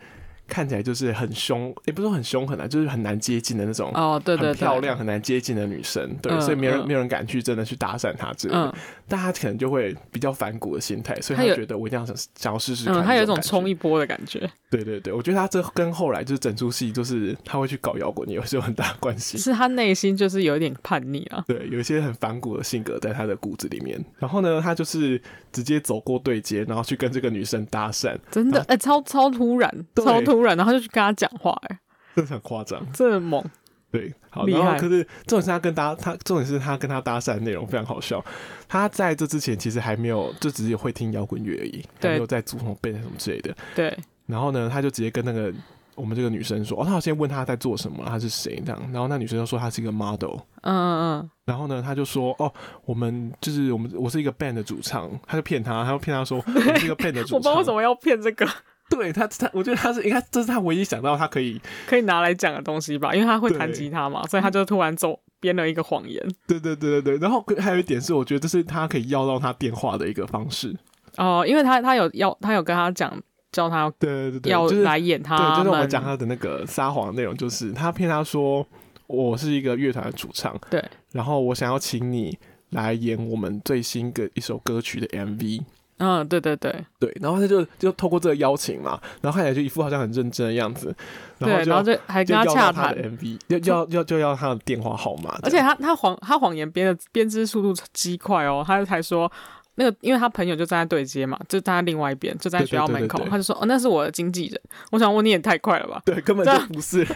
Speaker 2: 看起来就是很凶，也、不是说很凶很难，就是很难接近的那种，
Speaker 1: 哦，对对对，
Speaker 2: 很漂亮很难接近的女生，对，
Speaker 1: 嗯
Speaker 2: 所以没人、
Speaker 1: 嗯
Speaker 2: 没有人敢去真的去搭讪她之类的，
Speaker 1: 嗯
Speaker 2: 但他可能就会比较反骨的心态，所以
Speaker 1: 他
Speaker 2: 他
Speaker 1: 有
Speaker 2: 觉得我一定要想想要试试看
Speaker 1: 嗯，
Speaker 2: 这感觉，
Speaker 1: 他有一种冲一波的感觉，
Speaker 2: 对对对，我觉得他这跟后来就是整出戏，就是他会去搞摇滚，也是有很大的关
Speaker 1: 只
Speaker 2: 系。
Speaker 1: 是他内心就是有一点叛逆啊。
Speaker 2: 对，有一些很反骨的性格在他的骨子里面。然后呢，他就是直接走过对街，然后去跟这个女生搭讪，
Speaker 1: 真的，
Speaker 2: 啊
Speaker 1: 哎、超超突然，
Speaker 2: 对
Speaker 1: 超突然，然后就去跟他讲话、哎，
Speaker 2: 真的很夸张。
Speaker 1: 这么猛，
Speaker 2: 对，好，
Speaker 1: 厉害
Speaker 2: 然后可是重点是他跟搭他，重点是他跟他搭讪的内容非常好笑。他在这之前其实还没有，就只是会听摇滚乐而已，还
Speaker 1: 对
Speaker 2: 没有在主动背什么之类的。
Speaker 1: 对，
Speaker 2: 然后呢，他就直接跟那个我们这个女生说，哦，他好像先问她在做什么，她是谁这样。然后那女生就说她是一个 model。
Speaker 1: 嗯嗯
Speaker 2: 然后呢，他就说：“哦，我们就是我们，我是一个 band 的主唱。”他就骗他，他就骗他说：“我是一个 band 的
Speaker 1: 嗯，
Speaker 2: 主
Speaker 1: 我不知道
Speaker 2: 唱。”
Speaker 1: 为什么要骗这个
Speaker 2: 对他，他我觉得他是应该这是他唯一想到他可以，
Speaker 1: 可以拿来讲的东西吧，因为他会弹
Speaker 2: 对
Speaker 1: 吉他嘛，所以他就突然走编了一个谎言。
Speaker 2: 对对对对对。然后还有一点是，我觉得这是他可以要到他电话的一个方式。
Speaker 1: 哦、因为他他有要他有跟他讲，叫他
Speaker 2: 对对对，
Speaker 1: 要
Speaker 2: 就是
Speaker 1: 来演他
Speaker 2: 对，就是我
Speaker 1: 们
Speaker 2: 们讲他的那个撒谎的内容，就是他骗他说我是一个乐团的主唱，
Speaker 1: 对，
Speaker 2: 然后我想要请你来演我们最新的一首歌曲的 MV。
Speaker 1: 嗯，对对对
Speaker 2: 对，然后他就就透过这个邀请嘛，然后看起来就一副好像很认真的样子，然后
Speaker 1: 对，然后
Speaker 2: 就
Speaker 1: 就还
Speaker 2: 就
Speaker 1: 跟
Speaker 2: 要到
Speaker 1: 洽
Speaker 2: 他
Speaker 1: 谈
Speaker 2: 的，MV，要要要就要他的电话号码这
Speaker 1: 而且
Speaker 2: 样，
Speaker 1: 他他谎他谎言编的编织速度极快哦，他还说那个，因为他朋友就站在对接嘛，就站在另外一边，就站在
Speaker 2: 对对
Speaker 1: 学校
Speaker 2: 对
Speaker 1: 门
Speaker 2: 对
Speaker 1: 口，
Speaker 2: 对
Speaker 1: 他就说哦，那是我的经纪人。我想哦问你也太快了吧？
Speaker 2: 对根本
Speaker 1: 这
Speaker 2: 就 不是，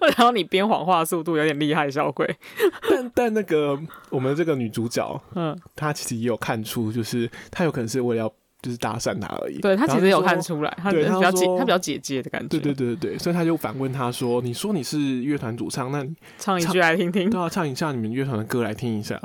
Speaker 1: 然后你编谎话的速度有点厉害，小鬼。
Speaker 2: 但但那个我们这个女主角，
Speaker 1: 嗯，
Speaker 2: 她其实也有看出，就是她有可能是为了要就是搭讪他而已，
Speaker 1: 对他
Speaker 2: 然后
Speaker 1: 其实有
Speaker 2: 就
Speaker 1: 看
Speaker 2: 说
Speaker 1: 出来，他比
Speaker 2: 对他
Speaker 1: 较姐
Speaker 2: 说
Speaker 1: 他比较姐姐的感觉。
Speaker 2: 对对对对对，所以他就反问他说：“你说你是乐团主唱，那你
Speaker 1: 唱一
Speaker 2: 唱
Speaker 1: 句来听听
Speaker 2: 都。要唱一下你们乐团的歌来听一下。”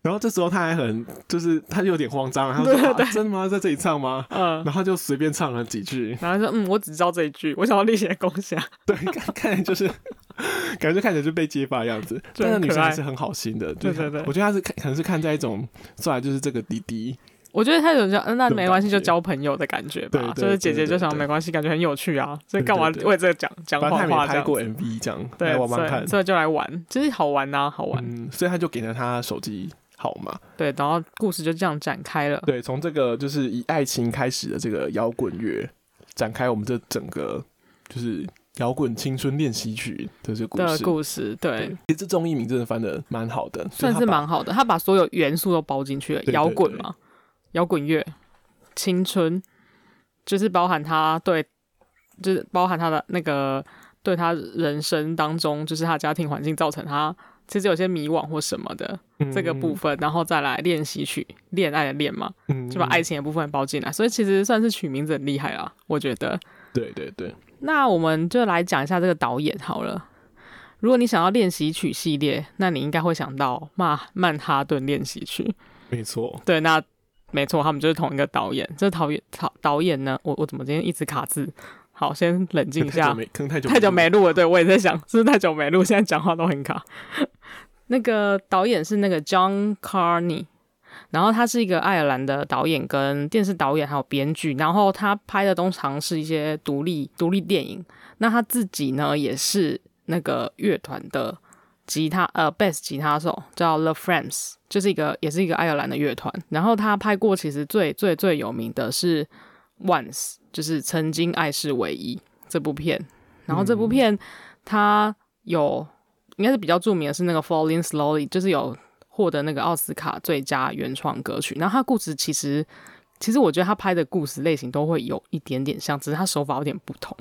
Speaker 2: 然后这时候他还很，就是他就有点慌张了，他说：“啊真的吗？在这里唱吗？”
Speaker 1: 嗯，
Speaker 2: 然后就随便唱了几句，
Speaker 1: 然后说嗯，我只知道这一句，我想要历险共享。
Speaker 2: 对，看看起来就是 感觉看起来就被揭发的样子。
Speaker 1: 就
Speaker 2: 但那
Speaker 1: 很
Speaker 2: 女
Speaker 1: 可
Speaker 2: 生还
Speaker 1: 爱
Speaker 2: 是很好心的，就是
Speaker 1: 对对对
Speaker 2: 我觉得她是看可能是看在一种，后来就是这个滴滴，
Speaker 1: 我觉得他有叫嗯那
Speaker 2: 这种
Speaker 1: 没关系
Speaker 2: 感觉
Speaker 1: 就交朋友的感觉吧，
Speaker 2: 对对
Speaker 1: 就是姐姐
Speaker 2: 对对
Speaker 1: 就想
Speaker 2: 对
Speaker 1: 没关系，感觉很有趣啊，所以
Speaker 2: 对
Speaker 1: 干嘛
Speaker 2: 对对
Speaker 1: 为这个讲讲
Speaker 2: 反正她
Speaker 1: 谎
Speaker 2: 也没
Speaker 1: 话这
Speaker 2: 拍
Speaker 1: 样
Speaker 2: 过
Speaker 1: 子？
Speaker 2: MV 这样，
Speaker 1: 对，
Speaker 2: 来玩玩
Speaker 1: 所
Speaker 2: 看
Speaker 1: 以。所以就来玩，就是好玩呐、好玩。嗯
Speaker 2: 嗯，所以他就给了他手机号码，
Speaker 1: 对，然后故事就这样展开了。
Speaker 2: 对，从这个就是以爱情开始的这个摇滚乐，展开我们这整个就是摇滚青春练习曲的这个故
Speaker 1: 的
Speaker 2: 事。
Speaker 1: 故事，对，
Speaker 2: 对，其实这综艺名真的翻的蛮好的，
Speaker 1: 算是
Speaker 2: 就他把
Speaker 1: 蛮好的。他把所有元素都包进去了，
Speaker 2: 对对
Speaker 1: 摇滚
Speaker 2: 对
Speaker 1: 嘛，摇滚乐、青春，就是包含他对，就是包含他的那个对他人生当中，就是他家庭环境造成他其实有些迷惘或什么的
Speaker 2: 嗯
Speaker 1: 这个部，分，然后再来练习曲恋爱的恋嘛，
Speaker 2: 嗯嗯
Speaker 1: 就把爱情的部分包进来。所以其实算是取名字很厉害啦，我觉得。
Speaker 2: 对对对，
Speaker 1: 那我们就来讲一下这个导演好了。如果你想要练习曲系列，那你应该会想到曼曼哈顿练习曲。
Speaker 2: 没错，
Speaker 1: 对，那没错，他们就是同一个导演。这导演导导演呢，我我怎么今天一直卡字？好，先冷静一
Speaker 2: 可能太久
Speaker 1: 下。
Speaker 2: 没，可能太久
Speaker 1: 太久没
Speaker 2: 录
Speaker 1: 录了，对我也在想，是不是太久没录，现在讲话都很卡。 那个导演是那个 John Carney，然后他是一个爱尔兰的导演、跟电视导演还有编剧，然后他拍的通常是一些独立独立电影。那他自己呢，也是那个乐团的吉他呃 bass 吉他手，叫 The Frames，就是一个也是一个爱尔兰的乐团。然后他拍过其实最最最有名的是 Once，就是曾经爱是唯一这部片。然后这
Speaker 2: 嗯
Speaker 1: 部片它有应该是比较著名的是那个 Falling Slowly，就是有获得那个奥斯卡最佳原创歌曲。然后它故事其实其实我觉得他拍的故事类型都会有一点点像，只是他手法有点不同。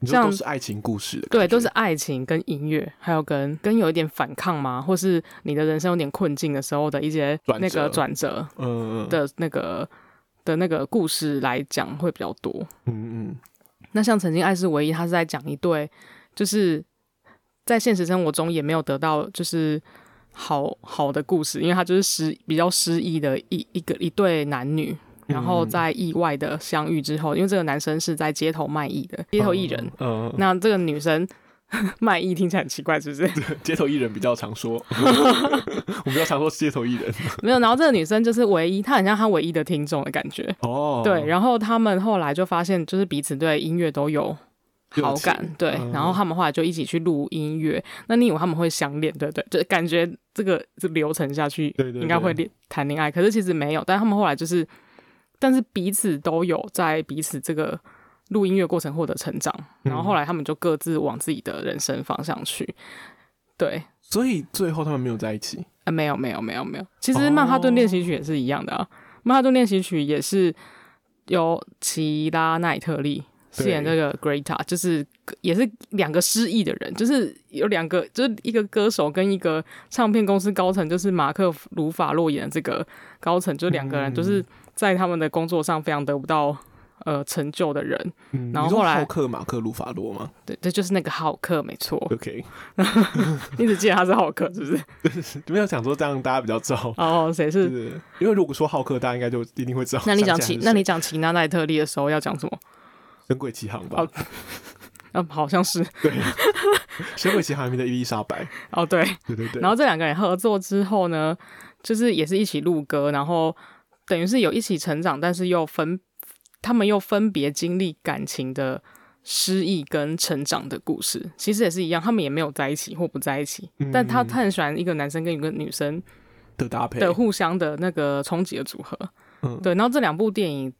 Speaker 2: 你
Speaker 1: 这
Speaker 2: 说
Speaker 1: 样
Speaker 2: 都是爱情故事的感觉，
Speaker 1: 对，都是爱情跟音乐，还有跟跟有一点反抗嘛，或是你的人生有点困境的时候的一些
Speaker 2: 转
Speaker 1: 那个
Speaker 2: 折
Speaker 1: 转折
Speaker 2: 嗯，嗯嗯
Speaker 1: 的那个的那个故事来讲会比较多。
Speaker 2: 嗯嗯，
Speaker 1: 那像曾经爱是唯一，他是在讲一对，就是在现实生活中也没有得到就是好好的故事，因为他就是失比较失意的一一个一对男女，然
Speaker 2: 嗯
Speaker 1: 后在意外的相遇之后，因为这个男生是在街头卖艺的街头艺人，
Speaker 2: 嗯，嗯
Speaker 1: 那这个女生 卖艺听起来很奇怪，是不 是？
Speaker 2: 嗯 街头艺人比较 常说，我比较常说街头艺人
Speaker 1: 没有，然后这个女生就是唯一，她很像她唯一的听众的感觉。
Speaker 2: 哦，
Speaker 1: 对，然后他们后来就发现，就是彼此对音乐都有好
Speaker 2: 热
Speaker 1: 感
Speaker 2: 情，
Speaker 1: 对，
Speaker 2: 嗯
Speaker 1: 然后他们后来就一起去录音乐。那你以为他们会相恋，对 不对？就感觉这个这流程下去，
Speaker 2: 对对对
Speaker 1: 应该会恋谈恋爱，可是其实没有。但他们后来就是，但是彼此都有在彼此这个录音乐过程获得成长，然
Speaker 2: 嗯
Speaker 1: 后后来他们就各自往自己的人生方向去。对，
Speaker 2: 所以最后他们没有在一起。
Speaker 1: 啊，没有没有没有没有，其实曼哈顿练习曲也是一样的啊，曼哈顿练习曲也是由齐拉奈特利饰演这
Speaker 2: 对
Speaker 1: 个 Greta，就是也是两个失忆的人，就是有两个，就是一个歌手跟一个唱片公司高层，就是马克鲁法洛演的这个高层，就是两个人
Speaker 2: 嗯
Speaker 1: 就是在他们的工作上非常得不到呃成就的人，
Speaker 2: 嗯
Speaker 1: 然后
Speaker 2: 你说
Speaker 1: 后来
Speaker 2: 浩克马克鲁法洛吗
Speaker 1: 对，这就是那个浩克，没错，
Speaker 2: ？OK，
Speaker 1: 你只记得他是浩克，是不是？
Speaker 2: 没有想说这样大家比较知道，
Speaker 1: 哦，谁是？
Speaker 2: 是因为如果说浩克，大家应该就一定会知道。
Speaker 1: 那你
Speaker 2: 想
Speaker 1: 讲
Speaker 2: 起
Speaker 1: 齐
Speaker 2: 来，是
Speaker 1: 那你
Speaker 2: 谁
Speaker 1: 讲齐拉奈特利的时候要讲什么？
Speaker 2: 神鬼奇航吧
Speaker 1: 哦？嗯，好像是
Speaker 2: 对， 神鬼奇航里面的伊丽莎白，
Speaker 1: 哦，对。
Speaker 2: 对对对。
Speaker 1: 然后这两个人合作之后呢，就是也是一起录歌，然后等于是有一起成长，但是又分，他们又分别经历感情的失意跟成长的故事。
Speaker 2: 嗯
Speaker 1: 其实也是一样，他们也没有在一起或不在一起，但他他很喜欢一个男生跟一个女生
Speaker 2: 的搭配，
Speaker 1: 的互相的那个冲击的组合。
Speaker 2: 嗯
Speaker 1: 对，然后这两部电影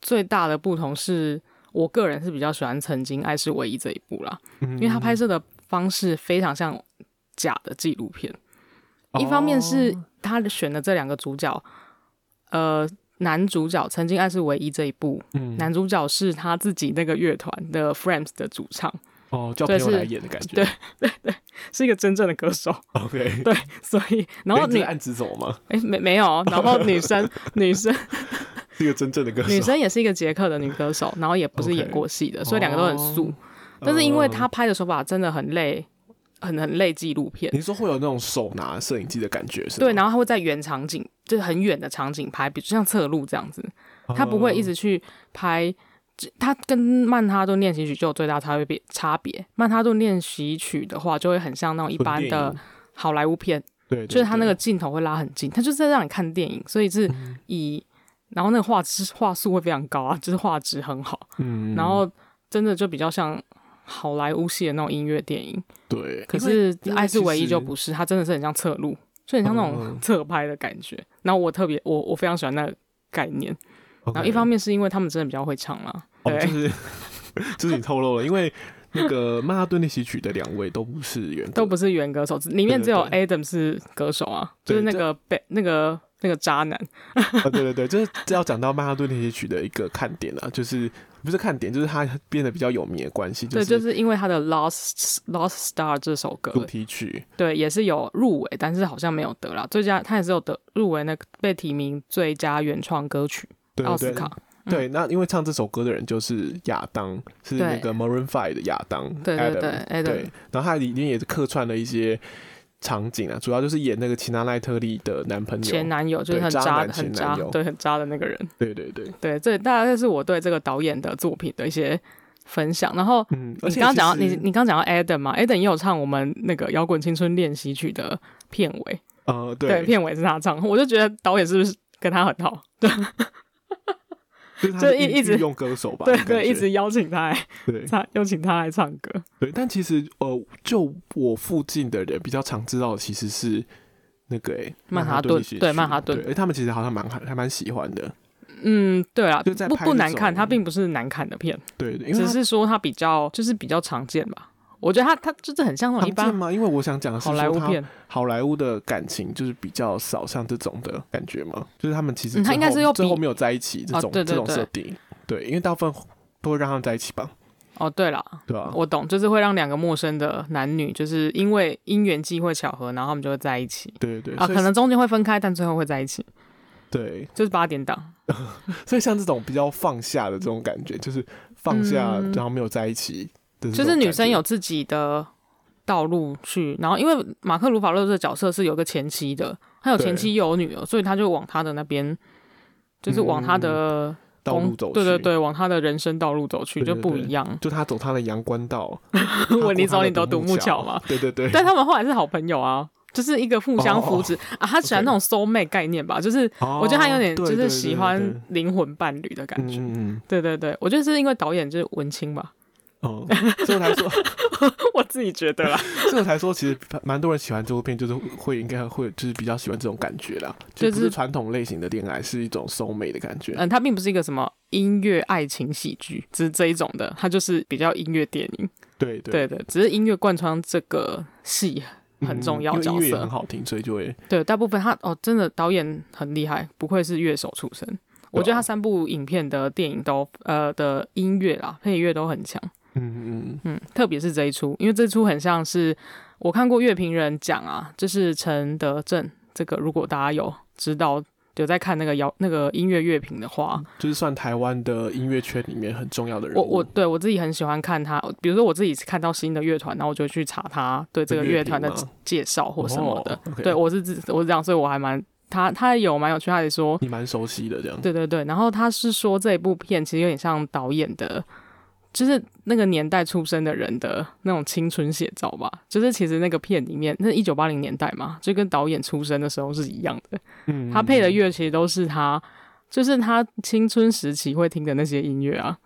Speaker 1: 最大的不同是我个人是比较喜欢《曾经爱是唯一》这一部啦，
Speaker 2: 嗯
Speaker 1: 因为它拍摄的方式非常像假的纪录片。一方面是
Speaker 2: 哦
Speaker 1: 他选的这两个主角，呃，男主角《曾经爱是唯一》这一部，
Speaker 2: 嗯
Speaker 1: 男主角是他自己那个乐团的 Frames 的主唱，
Speaker 2: 哦叫朋
Speaker 1: 对
Speaker 2: 友
Speaker 1: 是
Speaker 2: 来演的感觉，
Speaker 1: 对是一个真正的歌手，
Speaker 2: ，OK，
Speaker 1: 对，所以然后
Speaker 2: 诶
Speaker 1: 女
Speaker 2: 这是暗指走吗？
Speaker 1: 哎、没没有，然后女 生女生
Speaker 2: 是一个真正的歌手，
Speaker 1: 女生也是一个捷克的女歌手，然后也不是
Speaker 2: OK 哦
Speaker 1: 演过戏的，所以两个都很素。但是因为他拍的手法真的很累，很很累纪录片，
Speaker 2: 你说会有那种手拿摄影机的感觉是吗？
Speaker 1: 对，然后他会在远场景，就是很远的场景拍，比如像侧录这样子，
Speaker 2: 后
Speaker 1: 他不会一直去拍。这他跟曼哈顿练习曲就有最大差别差别。曼哈顿练习曲的话，就会很像那种一般的好莱坞片，
Speaker 2: 对，对
Speaker 1: 就是他那个
Speaker 2: 对嗯
Speaker 1: 镜头会拉很近，他就是在让你看电影，所以是以，然后那个画质画素会非常高啊，就是画质很好，
Speaker 2: 嗯，
Speaker 1: 然后真的就比较像好莱坞系的那种音乐电影。
Speaker 2: 对，
Speaker 1: 可
Speaker 2: 因为
Speaker 1: 是
Speaker 2: 因
Speaker 1: 《
Speaker 2: 为
Speaker 1: 爱是
Speaker 2: 其
Speaker 1: 唯一》就
Speaker 2: 实
Speaker 1: 不是，它真的是很像侧录，就很像那
Speaker 2: 嗯嗯
Speaker 1: 种侧拍的感觉。然后我特别，我我非常喜欢那个概念。然后
Speaker 2: OK
Speaker 1: 一方面是因为他们真的比较会唱啦，
Speaker 2: 哦，就
Speaker 1: 对
Speaker 2: 是 就是你透露了，因为那个曼哈顿练习曲的两位都不是原
Speaker 1: 都
Speaker 2: 不
Speaker 1: 不是原歌手，只里面只有
Speaker 2: 对
Speaker 1: Adam 是歌手啊，就
Speaker 2: 对
Speaker 1: 是那个被那个那个渣男。
Speaker 2: 啊，对对对，就是这要讲到曼哈顿练习曲的一个看点啊，就是不是看点，就是它变得比较有名的关系，
Speaker 1: 对，
Speaker 2: 是
Speaker 1: 就是因为他的《Lost Lost Star》这首歌，
Speaker 2: 主题曲，
Speaker 1: 对，也是有入围，但是好像没有得啦。最佳他也是有得入围那个被提名最佳原创歌曲
Speaker 2: 对
Speaker 1: 奥
Speaker 2: 对
Speaker 1: 斯
Speaker 2: 对
Speaker 1: 卡。嗯
Speaker 2: 对，那因为唱这首歌的人就是亚当，是
Speaker 1: 对
Speaker 2: 那个 Maroon Five 的亚当，
Speaker 1: 对对对
Speaker 2: Adam，
Speaker 1: ，Adam
Speaker 2: 对，然后他里面也是客串了一些场景啊，主要就是演那个齐娜奈特利的男朋
Speaker 1: 前
Speaker 2: 友，
Speaker 1: 男友就是
Speaker 2: 对
Speaker 1: 很
Speaker 2: 渣
Speaker 1: 渣
Speaker 2: 男
Speaker 1: 的、
Speaker 2: 前
Speaker 1: 很
Speaker 2: 男
Speaker 1: 渣
Speaker 2: 友，
Speaker 1: 对，很渣的那个人。
Speaker 2: 对对对，
Speaker 1: 对，这大概是我对这个导演的作品的一些分享。然后
Speaker 2: 嗯，而
Speaker 1: 你
Speaker 2: 且
Speaker 1: 刚刚讲到
Speaker 2: 其
Speaker 1: 你
Speaker 2: 实
Speaker 1: 你刚刚讲到 Adam 嘛，Adam 也有唱我们那个摇滚青春练习曲的片尾，
Speaker 2: 呃，
Speaker 1: 对，
Speaker 2: 对，
Speaker 1: 片尾是他唱，我就觉得导演是不是跟他很好？
Speaker 2: 就是他
Speaker 1: 就是一
Speaker 2: 运
Speaker 1: 一直
Speaker 2: 运用歌手吧，
Speaker 1: 对
Speaker 2: 你感
Speaker 1: 对，一
Speaker 2: 觉
Speaker 1: 直邀请他来，
Speaker 2: 对
Speaker 1: 他邀请他来唱歌。
Speaker 2: 对，但其实呃，就我附近的人比较常知道，其实是那个诶
Speaker 1: 曼哈
Speaker 2: 哈
Speaker 1: 顿
Speaker 2: 顿戏剧，
Speaker 1: 对曼哈顿
Speaker 2: 对，诶他们其实好像蛮还蛮喜欢的，
Speaker 1: 嗯，对啊，
Speaker 2: 就在
Speaker 1: 不
Speaker 2: 拍
Speaker 1: 不
Speaker 2: 这
Speaker 1: 难看，
Speaker 2: 种
Speaker 1: 它并不是难看的片，
Speaker 2: 对，嗯因为
Speaker 1: 只
Speaker 2: 他
Speaker 1: 是说它比较就是比较常见吧。我觉得它它就是很像那种一
Speaker 2: 常见
Speaker 1: 般
Speaker 2: 吗？因为我想讲的是
Speaker 1: 好莱
Speaker 2: 说
Speaker 1: 坞
Speaker 2: 他
Speaker 1: 片，
Speaker 2: 好莱坞的感情就是比较少像这种的感觉嘛，就是他们其
Speaker 1: 嗯
Speaker 2: 实最后、
Speaker 1: 他应该是又比
Speaker 2: 最后没有在一起这
Speaker 1: 哦
Speaker 2: 种、
Speaker 1: 对对
Speaker 2: 这种
Speaker 1: 对
Speaker 2: 设定，对，因为大部分都会让他们在一起吧，
Speaker 1: 哦，对了，
Speaker 2: 对吧、啊？
Speaker 1: 我懂，就是会让两个陌生的男女，就是因为因缘际会巧合，然后他们就会在一起
Speaker 2: 对对对，
Speaker 1: 啊，
Speaker 2: 所以
Speaker 1: 可能中间会分开，但最后会在一起，
Speaker 2: 对，
Speaker 1: 就是八点档。
Speaker 2: 所以像这种比较放下的这种感觉，就是放下、
Speaker 1: 嗯
Speaker 2: 然后没有在一起的这种感觉，
Speaker 1: 就是女生有自己的道路去，然后因为马克·鲁法洛这个角色是有个前妻的，他有
Speaker 2: 对
Speaker 1: 前妻又有女儿，所以他就往他的那边，就是往他的
Speaker 2: 嗯道
Speaker 1: 公
Speaker 2: 路走去，
Speaker 1: 对对，对，往他的人生道路走去
Speaker 2: 对对
Speaker 1: 就不
Speaker 2: 对
Speaker 1: 一样。
Speaker 2: 就他走他的阳关道，
Speaker 1: 我你走
Speaker 2: 走
Speaker 1: 你走独木桥嘛
Speaker 2: 嘛，，对对对，
Speaker 1: 但他们后来是好朋友啊。就是一个互相扶
Speaker 2: 哦
Speaker 1: 持、啊，他喜欢
Speaker 2: OK
Speaker 1: 那种 soul mate 概念吧，就是
Speaker 2: 哦
Speaker 1: 我觉得他有点就是
Speaker 2: 对对
Speaker 1: 喜
Speaker 2: 对对
Speaker 1: 欢灵魂伴侣的感
Speaker 2: 嗯
Speaker 1: 觉。
Speaker 2: 嗯嗯
Speaker 1: 对对对，我觉得是因为导演就是文青吧，
Speaker 2: 哦，所以我才说，
Speaker 1: 我自己觉得 啦，
Speaker 2: 所以我才说，其实蛮多人喜欢这部片，就是会应该会就是比较喜欢这种感觉啦，
Speaker 1: 就是
Speaker 2: 就不是传统类型的恋爱，是一种收美的感觉。
Speaker 1: 嗯，它并不是一个什么音乐爱情喜剧，只是这一种的，它就是比较音乐电影。
Speaker 2: 对
Speaker 1: 对
Speaker 2: 对
Speaker 1: 的，只是音乐贯穿这个戏
Speaker 2: 嗯
Speaker 1: 很重要
Speaker 2: 因为
Speaker 1: 角
Speaker 2: 音乐也
Speaker 1: 色
Speaker 2: 很。好听，所以就会
Speaker 1: 对，大部分他哦，真的导演很厉害，不愧是乐手出身。我觉得他
Speaker 2: 啊
Speaker 1: 三部影片的电影都呃的音乐啦配乐都很强。
Speaker 2: 嗯嗯
Speaker 1: 嗯，特别是这一出，因为这出很像是我看过乐评人讲啊，就是陈德正这个，如果大家有知道有在看那个摇那个音乐乐评的话，
Speaker 2: 就是算台湾的音乐圈里面很重要嗯的人物。
Speaker 1: 我我对我自己很喜欢看他，比如说我自己看到新的乐团，然后我就去查他对这个乐团的
Speaker 2: 乐评吗
Speaker 1: 介绍或什么的。
Speaker 2: 哦，OK
Speaker 1: 对我是自我是这样，所以我还蛮他他有蛮有趣，他也说
Speaker 2: 你蛮熟悉的这样。
Speaker 1: 对对对，然后他是说这一部片其实有点像导演的，就是那个年代出生的人的那种青春写照吧。就是其实那个片里面，那一九八零年代嘛，就跟导演出生的时候是一样的。
Speaker 2: 嗯，
Speaker 1: 他配的乐其实都是他，就是他青春时期会听的那些音乐啊。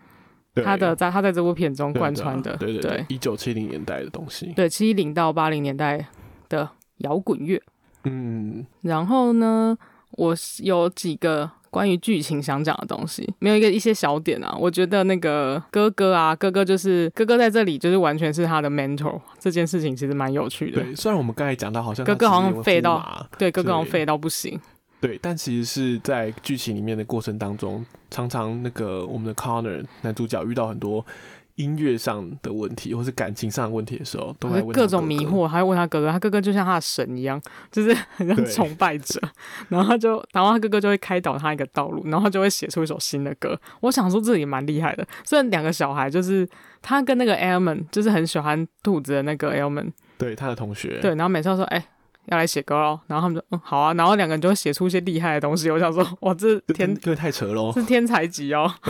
Speaker 2: 对
Speaker 1: 他的在他在这部片中贯穿的，
Speaker 2: 对啊对
Speaker 1: 对
Speaker 2: 对，一九七零年代的东西。
Speaker 1: 对，七零到八零年代的摇滚乐。
Speaker 2: 嗯，
Speaker 1: 然后呢，我是有几个关于剧情想讲的东西，没有一个一些小点啊。我觉得那个哥哥啊，哥哥就是哥哥在这里就是完全是他的 mentor，这件事情其实蛮有趣的。
Speaker 2: 对。虽然我们刚才讲到好像
Speaker 1: 哥哥好像
Speaker 2: 他其实
Speaker 1: 废
Speaker 2: 有
Speaker 1: 到
Speaker 2: 驸马，
Speaker 1: 对，哥哥好像
Speaker 2: 对
Speaker 1: 废到不行。
Speaker 2: 对，但其实是在剧情里面的过程当中，常常那个我们的 Connor 男主角遇到很多音乐上的问题，或是感情上的问题的时候，都
Speaker 1: 我
Speaker 2: 会
Speaker 1: 就
Speaker 2: 问他
Speaker 1: 各种
Speaker 2: 哥
Speaker 1: 迷
Speaker 2: 哥。
Speaker 1: 惑，还问他哥哥，他哥哥就像他的神一样，就是 很像
Speaker 2: 对
Speaker 1: 崇拜者。然后他就，然后他哥哥就会开导他一个道路，然后他就会写出一首新的歌。我想说这也蛮厉害的。虽然两个小孩就是他跟那个 Elman，就是很喜欢兔子的那个 Elman，
Speaker 2: 对他的同学，
Speaker 1: 对，然后每次都说哎。要来写歌喽，然后他们就嗯好啊，然后两个人就会写出一些厉害的东西。我想 说，哇，这
Speaker 2: 这
Speaker 1: 天
Speaker 2: 这太扯喽，
Speaker 1: 是天才级 哦，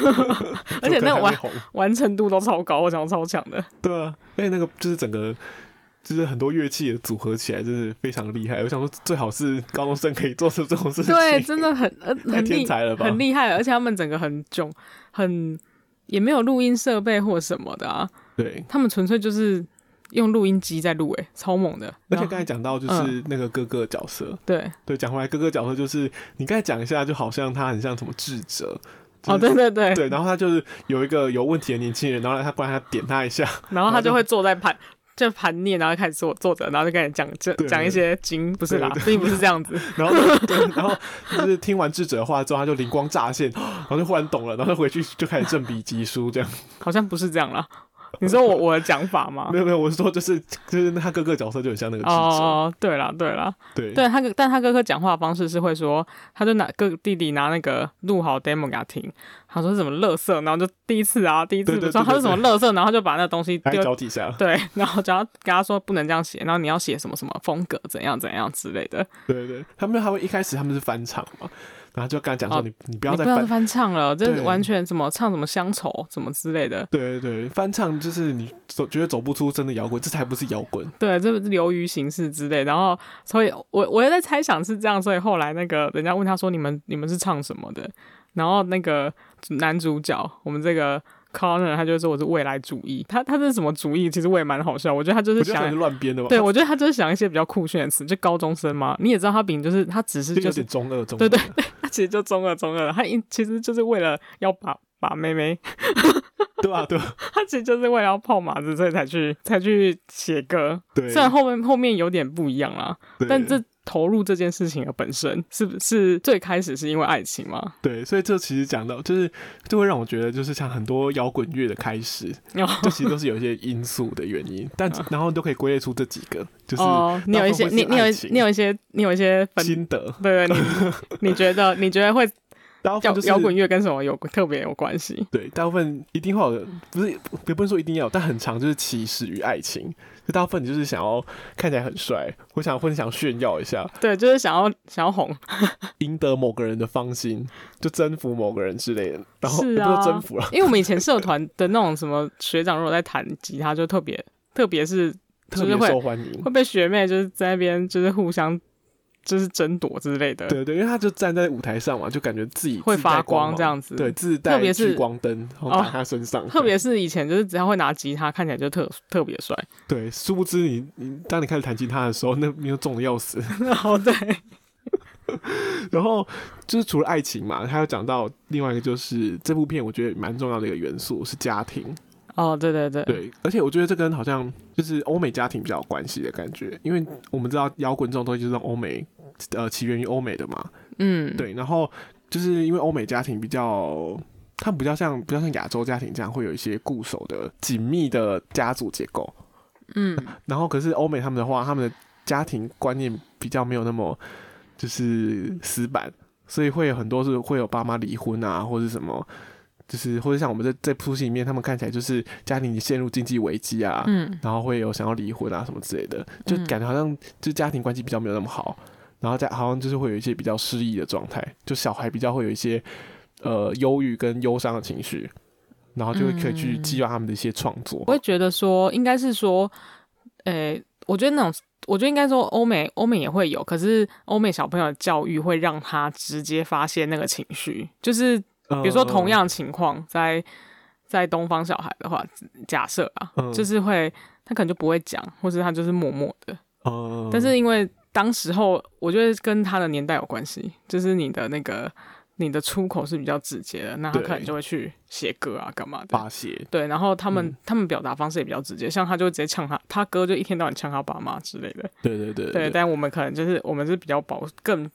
Speaker 1: 而且
Speaker 2: 这
Speaker 1: 那
Speaker 2: 可能还
Speaker 1: 完
Speaker 2: 没红
Speaker 1: 完成度都超高，我想超强 的。
Speaker 2: 对啊，而且那个就是整个。就是很多乐器的组合起来，真是非常厉害。我想说，最好是高中生可以做出这种事情，
Speaker 1: 对，真的很呃
Speaker 2: 太
Speaker 1: 很
Speaker 2: 天
Speaker 1: 厉
Speaker 2: 才了吧？
Speaker 1: 很厉害，而且他们整个很囧，很也没有录音设备或什么的啊，
Speaker 2: 对，
Speaker 1: 他们纯粹就是用录音机在录，诶，超猛的。
Speaker 2: 而且
Speaker 1: 然
Speaker 2: 刚
Speaker 1: 后嗯
Speaker 2: 才讲到就是那个哥哥的角色，
Speaker 1: 对，
Speaker 2: 对，讲回来哥哥角色就是你刚才讲一下，就好像他很像什么智者，
Speaker 1: 哦，
Speaker 2: 就是
Speaker 1: 对对对，
Speaker 2: 对，然后他就是有一个有问题的年轻人，然后他不然他点他一下，
Speaker 1: 然后他就会坐在盘。就盘念，然后开始坐坐着，然后就开始讲这
Speaker 2: 对对
Speaker 1: 讲一些经，不是啦
Speaker 2: 对，
Speaker 1: 并不是这样子。
Speaker 2: 然后对，然后就是听完智者的话之后，他就灵光乍现，然后就忽然懂了，然后就回去就开始振笔疾书这样。
Speaker 1: 好像不是这样啦。 你说我我的讲法吗
Speaker 2: 没？有没有，我是说就是就是他哥哥角色就很像那个智者，
Speaker 1: 哦哦，对啦对啦，
Speaker 2: 对
Speaker 1: 对他哥，但他哥哥讲话的方式是会说，他就拿哥弟弟拿那个录好 demo 给他听，他说什么乐色，然后就第一次啊，第一次
Speaker 2: 对对
Speaker 1: 我说
Speaker 2: 对对
Speaker 1: 他是什么乐色，然后就把那东西
Speaker 2: 他在
Speaker 1: 丢
Speaker 2: 脚底下，
Speaker 1: 对，然后只要跟他说不能这样写，然后你要写什么什么风格怎样怎样之类的，
Speaker 2: 对对，他们还会一开始他们是翻唱嘛，然后就跟他讲说
Speaker 1: 哦
Speaker 2: 你你不
Speaker 1: 不
Speaker 2: 要
Speaker 1: 你
Speaker 2: 再
Speaker 1: 不要再
Speaker 2: 翻，
Speaker 1: 翻唱了，这
Speaker 2: 对
Speaker 1: 完全什么唱什么乡愁什么之类的，
Speaker 2: 对对对，翻唱就是你走觉得走不出真的摇滚，这才不是摇滚，
Speaker 1: 对，这是流于形式之类。然后，所以我我也在猜想是这样，所以后来那个人家问他说：“你们你们是唱什么的？”然后那个男主角，我们这个 Connor，他就说我是未来主义。他他这是什么主义？其实我也蛮好笑。我觉得他就
Speaker 2: 我
Speaker 1: 是
Speaker 2: 觉得可能
Speaker 1: 想
Speaker 2: 是，乱编的吧，
Speaker 1: 对 我觉得他就是想一些比较酷炫的词，就高中生嘛。你也知道他饼就是他只是
Speaker 2: 就
Speaker 1: 就
Speaker 2: 有
Speaker 1: 是
Speaker 2: 点中二中二，
Speaker 1: 对对他其实就中二中二，他一其实就是为了要把把妹妹，
Speaker 2: 对吧？对吧
Speaker 1: 他其实就是为了要泡马子，所以才去才去写歌。
Speaker 2: 对，
Speaker 1: 虽然后面后面有点不一样啦，
Speaker 2: 对
Speaker 1: 但这投入这件事情的本身，是不是最开始是因为爱情吗？
Speaker 2: 对，所以这其实讲到，就是就会让我觉得，就是像很多摇滚乐的开始，
Speaker 1: 然后
Speaker 2: 这其实都是有一些因素的原因，但
Speaker 1: 啊
Speaker 2: 然后都可以归类出这几个，就是
Speaker 1: 哦，你有一些，
Speaker 2: 大部分会是
Speaker 1: 你你有
Speaker 2: 爱
Speaker 1: 一
Speaker 2: 情
Speaker 1: 你有一些，你有一些分，
Speaker 2: 心得，
Speaker 1: 对对， 你你觉得你觉得会
Speaker 2: 大部分
Speaker 1: 摇
Speaker 2: 就是
Speaker 1: 摇滚乐跟什么有特别有关系？
Speaker 2: 对，大部分一定会有，不是也不能说一定要有，但很长就是起始于爱情，就大部分你就是想要看起来很帅，我想或者想炫耀一下，
Speaker 1: 对，就是想要想要红，
Speaker 2: 赢得某个人的芳心，就征服某个人之类的，然后
Speaker 1: 是
Speaker 2: 也不是
Speaker 1: 啊
Speaker 2: 说征服了，
Speaker 1: 因为我们以前社团的那种什么学长，如果在弹吉他，就特别特别是
Speaker 2: 特
Speaker 1: 就
Speaker 2: 别
Speaker 1: 是会
Speaker 2: 受欢迎。
Speaker 1: 会被学妹就是在那边就是互相就是争夺之类的，
Speaker 2: 对对，因为他就站在舞台上嘛，就感觉自己
Speaker 1: 会
Speaker 2: 自带
Speaker 1: 发光
Speaker 2: 芒
Speaker 1: 这样子。
Speaker 2: 对，自
Speaker 1: 特
Speaker 2: 带
Speaker 1: 别
Speaker 2: 聚
Speaker 1: 是
Speaker 2: 光灯，然后
Speaker 1: 哦
Speaker 2: 打他身上，
Speaker 1: 特别是以前就是只要会拿吉他，看起来就特特别帅。
Speaker 2: 对。殊不知你你当你开始弹吉他的时候，那你又重的要死。
Speaker 1: 哦，对，
Speaker 2: 然后就是除了爱情嘛，他又讲到另外一个，就是这部片我觉得蛮重要的一个元素是家庭。
Speaker 1: 哦，对对对，
Speaker 2: 对，而且我觉得这跟好像就是欧美家庭比较有关系的感觉，因为我们知道摇滚这种东西就是欧美，呃，起源于欧美的嘛。
Speaker 1: 嗯，
Speaker 2: 对，然后就是因为欧美家庭比较，它比较像比较像亚洲家庭这样，会有一些固守的紧密的家族结构。
Speaker 1: 嗯，
Speaker 2: 然后可是欧美他们的话，他们的家庭观念比较没有那么就是死板，所以会有很多是会有爸妈离婚啊，或者什么。就是，或者像我们这这部戏里面，他们看起来就是家庭陷入经济危机啊，
Speaker 1: 嗯，
Speaker 2: 然后会有想要离婚啊什么之类的，就
Speaker 1: 嗯
Speaker 2: 感觉好像就家庭关系比较没有那么好，然后家好像就是会有一些比较失意的状态，就小孩比较会有一些呃忧郁跟忧伤的情绪，然后就会可以去
Speaker 1: 嗯
Speaker 2: 激发他们的一些创作。
Speaker 1: 我会觉得说，应该是说，诶、我觉得那种，我觉得应该说，欧美欧美也会有，可是欧美小朋友的教育会让他直接发泄那个情绪，就是比
Speaker 2: 比
Speaker 1: 如说同，样情况在。在东方小孩的话，假设啊，
Speaker 2: 嗯
Speaker 1: 就是会他可能就不会讲，或是他就是默默的。
Speaker 2: 嗯
Speaker 1: 但是因为当时候我觉得跟他的年代有关系，就是你的那个你的出口是比较直接的，那他
Speaker 2: 对
Speaker 1: 可能就会去写歌啊干嘛的。
Speaker 2: 巴鞋，
Speaker 1: 对，然后他们、
Speaker 2: 嗯
Speaker 1: 他们表达方式也比较直接，像他就直接呛他，他哥就一天到晚呛他爸妈之类的。
Speaker 2: 对对对
Speaker 1: 对，但我们可能就是我们是比较保更，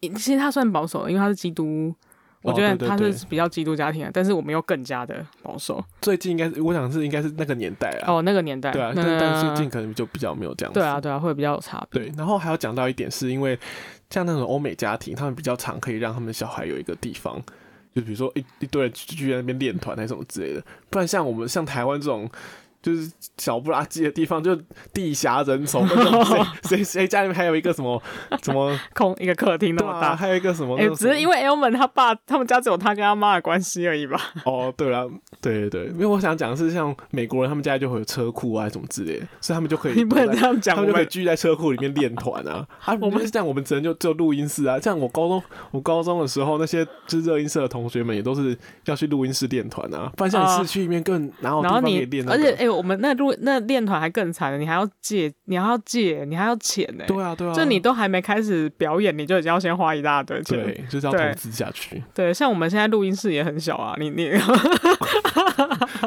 Speaker 1: 其实他算保守的，因为他是基督，我觉
Speaker 2: 哦
Speaker 1: 得
Speaker 2: 对对
Speaker 1: 他
Speaker 2: 对
Speaker 1: 是比较基督家庭的，但是我们又更加的保守。
Speaker 2: 最近应该是，我想是应该是那个年代啊，
Speaker 1: 哦，那个年代，
Speaker 2: 对啊，
Speaker 1: 那
Speaker 2: 但但最近可能就比较没有这样
Speaker 1: 嗯
Speaker 2: 子。
Speaker 1: 对啊，对啊，会比较有差别。
Speaker 2: 对，然后还要讲到一点，是因为像那种欧美家庭，他们比较常可以让他们小孩有一个地方，就比如说一一堆人聚聚在那边练团还是什么之类的。不然像我们像台湾这种。就是小不拉几的地方，就地狭人稠，不知道谁 谁谁家里面还有一个什么什么，
Speaker 1: 空一个客 厅那
Speaker 2: 对
Speaker 1: 么
Speaker 2: 啊，
Speaker 1: 大。
Speaker 2: 还有一个什么，
Speaker 1: 哎、只是因
Speaker 2: 为
Speaker 1: 为 Elman 他爸他们家只有他跟他妈的关系而已吧？
Speaker 2: 哦，对了，对对对，因为我想讲的是像美国人，他们家就会有车库啊什么之类的，所以他们就可以
Speaker 1: 你不能这样讲，
Speaker 2: 他
Speaker 1: 我
Speaker 2: 们就可以
Speaker 1: 们
Speaker 2: 聚在车库里面练 团啊。啊，
Speaker 1: 我
Speaker 2: 我们
Speaker 1: 们
Speaker 2: 是这样，我们只能就只有录音室啊。像我高中，我高中的时候，那些就是热音社的同学们也都是要去录音室练团啊。不然像你
Speaker 1: 啊
Speaker 2: 市区里面更哪
Speaker 1: 然后
Speaker 2: 有地方可
Speaker 1: 你
Speaker 2: 以练、，那
Speaker 1: 而
Speaker 2: 个
Speaker 1: 且哎、我们那录那练团还更惨了，你还要借，你还要借，你还要钱呢、
Speaker 2: 对啊对啊，
Speaker 1: 就你都还没开始表演，你就已经要先花一大堆钱。
Speaker 2: 对就是要
Speaker 1: 对
Speaker 2: 投资下去，
Speaker 1: 对，像我们现在录音室也很小啊，你 你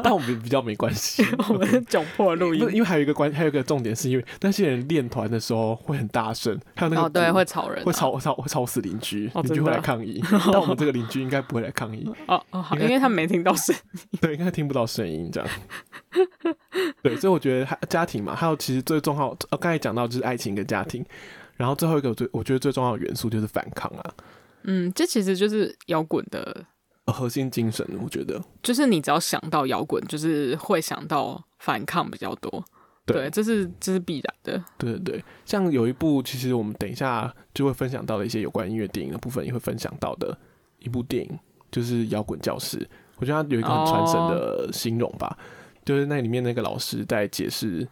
Speaker 2: 但我们比较没 关系。
Speaker 1: 我们是窘迫录音
Speaker 2: 不是，因为还有一个关，还有一个重点是因为那些人练团的时候会很大声，还有那个
Speaker 1: 哦，对，
Speaker 2: 鼓
Speaker 1: 会吵人、啊，
Speaker 2: 会吵吵会吵死邻居，
Speaker 1: 哦
Speaker 2: 邻居
Speaker 1: 真
Speaker 2: 会
Speaker 1: 的
Speaker 2: 来抗议。但我们这个邻居应该不会来抗议，
Speaker 1: 哦哦，好，
Speaker 2: 应该
Speaker 1: 因为他们没听到声，
Speaker 2: 对，应该听不到声音这样。 对，所以我觉得还家庭嘛，还有其实最重要，呃，刚才讲到就是爱情跟家庭，然后最后一个我最我觉得最重要的元素就是反抗啊，
Speaker 1: 嗯，这其实就是摇滚的，
Speaker 2: 呃核心精神，我觉得
Speaker 1: 就是你只要想到摇滚，就是会想到反抗比较多，
Speaker 2: 对
Speaker 1: 这是这是必然的，
Speaker 2: 对对对，像有一部其实我们等一下就会分享到的一些有关音乐电影的部分，也会分享到的一部电影就是《摇滚教室》，我觉得它有一个很传神的形容
Speaker 1: 哦
Speaker 2: 吧，就是那里面那个老师在解释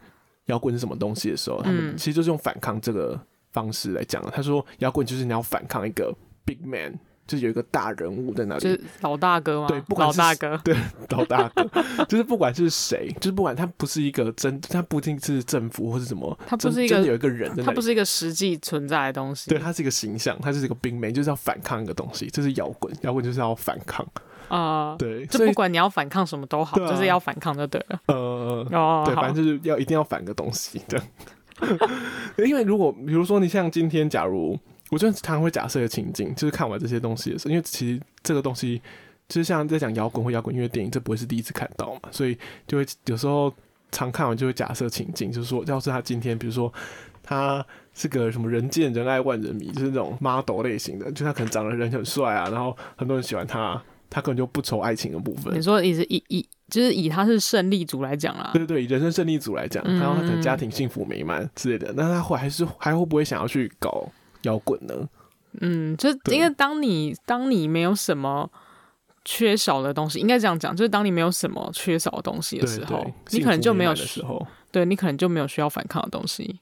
Speaker 2: 摇滚是什么东西的时候，他们
Speaker 1: 嗯
Speaker 2: 其实就是用反抗这个方式来讲的。他说，摇滚就是你要反抗一个 big man，就是有一个大人物在那里，
Speaker 1: 就是老大哥嘛，
Speaker 2: 对不管
Speaker 1: 老
Speaker 2: 是
Speaker 1: 大哥，
Speaker 2: 老大哥， 就是不管是谁，就是不管他不是一个真，他不一定是政府或是什么，
Speaker 1: 他不
Speaker 2: 真
Speaker 1: 是一
Speaker 2: 真的
Speaker 1: 个
Speaker 2: 有一个人在那
Speaker 1: 他
Speaker 2: 里
Speaker 1: 不。是一个实际存在的东西，
Speaker 2: 对，它是一个形象，它是一个冰妹，就是要反抗一个东西，这是摇滚，摇滚就是要反抗。
Speaker 1: 啊、
Speaker 2: 对，
Speaker 1: 就
Speaker 2: 所以
Speaker 1: 不管你要反抗什么都好，
Speaker 2: 对啊
Speaker 1: 就是要反抗就对了，
Speaker 2: 呃，
Speaker 1: 哦，
Speaker 2: 对，
Speaker 1: 好
Speaker 2: 反正就是要一定要反个东西这样。 因为如果比如说你像今天，假如我就常常会假设一个情境，就是看完这些东西的时候，因为其实这个东西就是像在讲摇滚或摇滚音乐电影，这不会是第一次看到嘛，所以就会有时候常看完就会假设情境，就是说要是他今天，比如说他。是个什么人见人爱万人迷，就是那种 model 类型的，就他可能长得人很帅啊，然后很多人喜欢他，他可能就不愁爱情的部分
Speaker 1: 你。说你是以以就是以他是胜利组来讲啦，
Speaker 2: 对对对，以人生胜利组来讲，
Speaker 1: 嗯
Speaker 2: 然后他可能家庭幸福美满之类的，那他会还是还会不会想要去搞摇滚呢？
Speaker 1: 嗯，就是
Speaker 2: 对
Speaker 1: 因为当你当你没有什么缺少的东西，应该这样讲，就是当你没有什么缺少的东西的
Speaker 2: 对
Speaker 1: 时
Speaker 2: 对
Speaker 1: 候，，你
Speaker 2: 幸福
Speaker 1: 可能就
Speaker 2: 美
Speaker 1: 没有
Speaker 2: 满的时候，
Speaker 1: 对你可能就没有需要反抗的东西。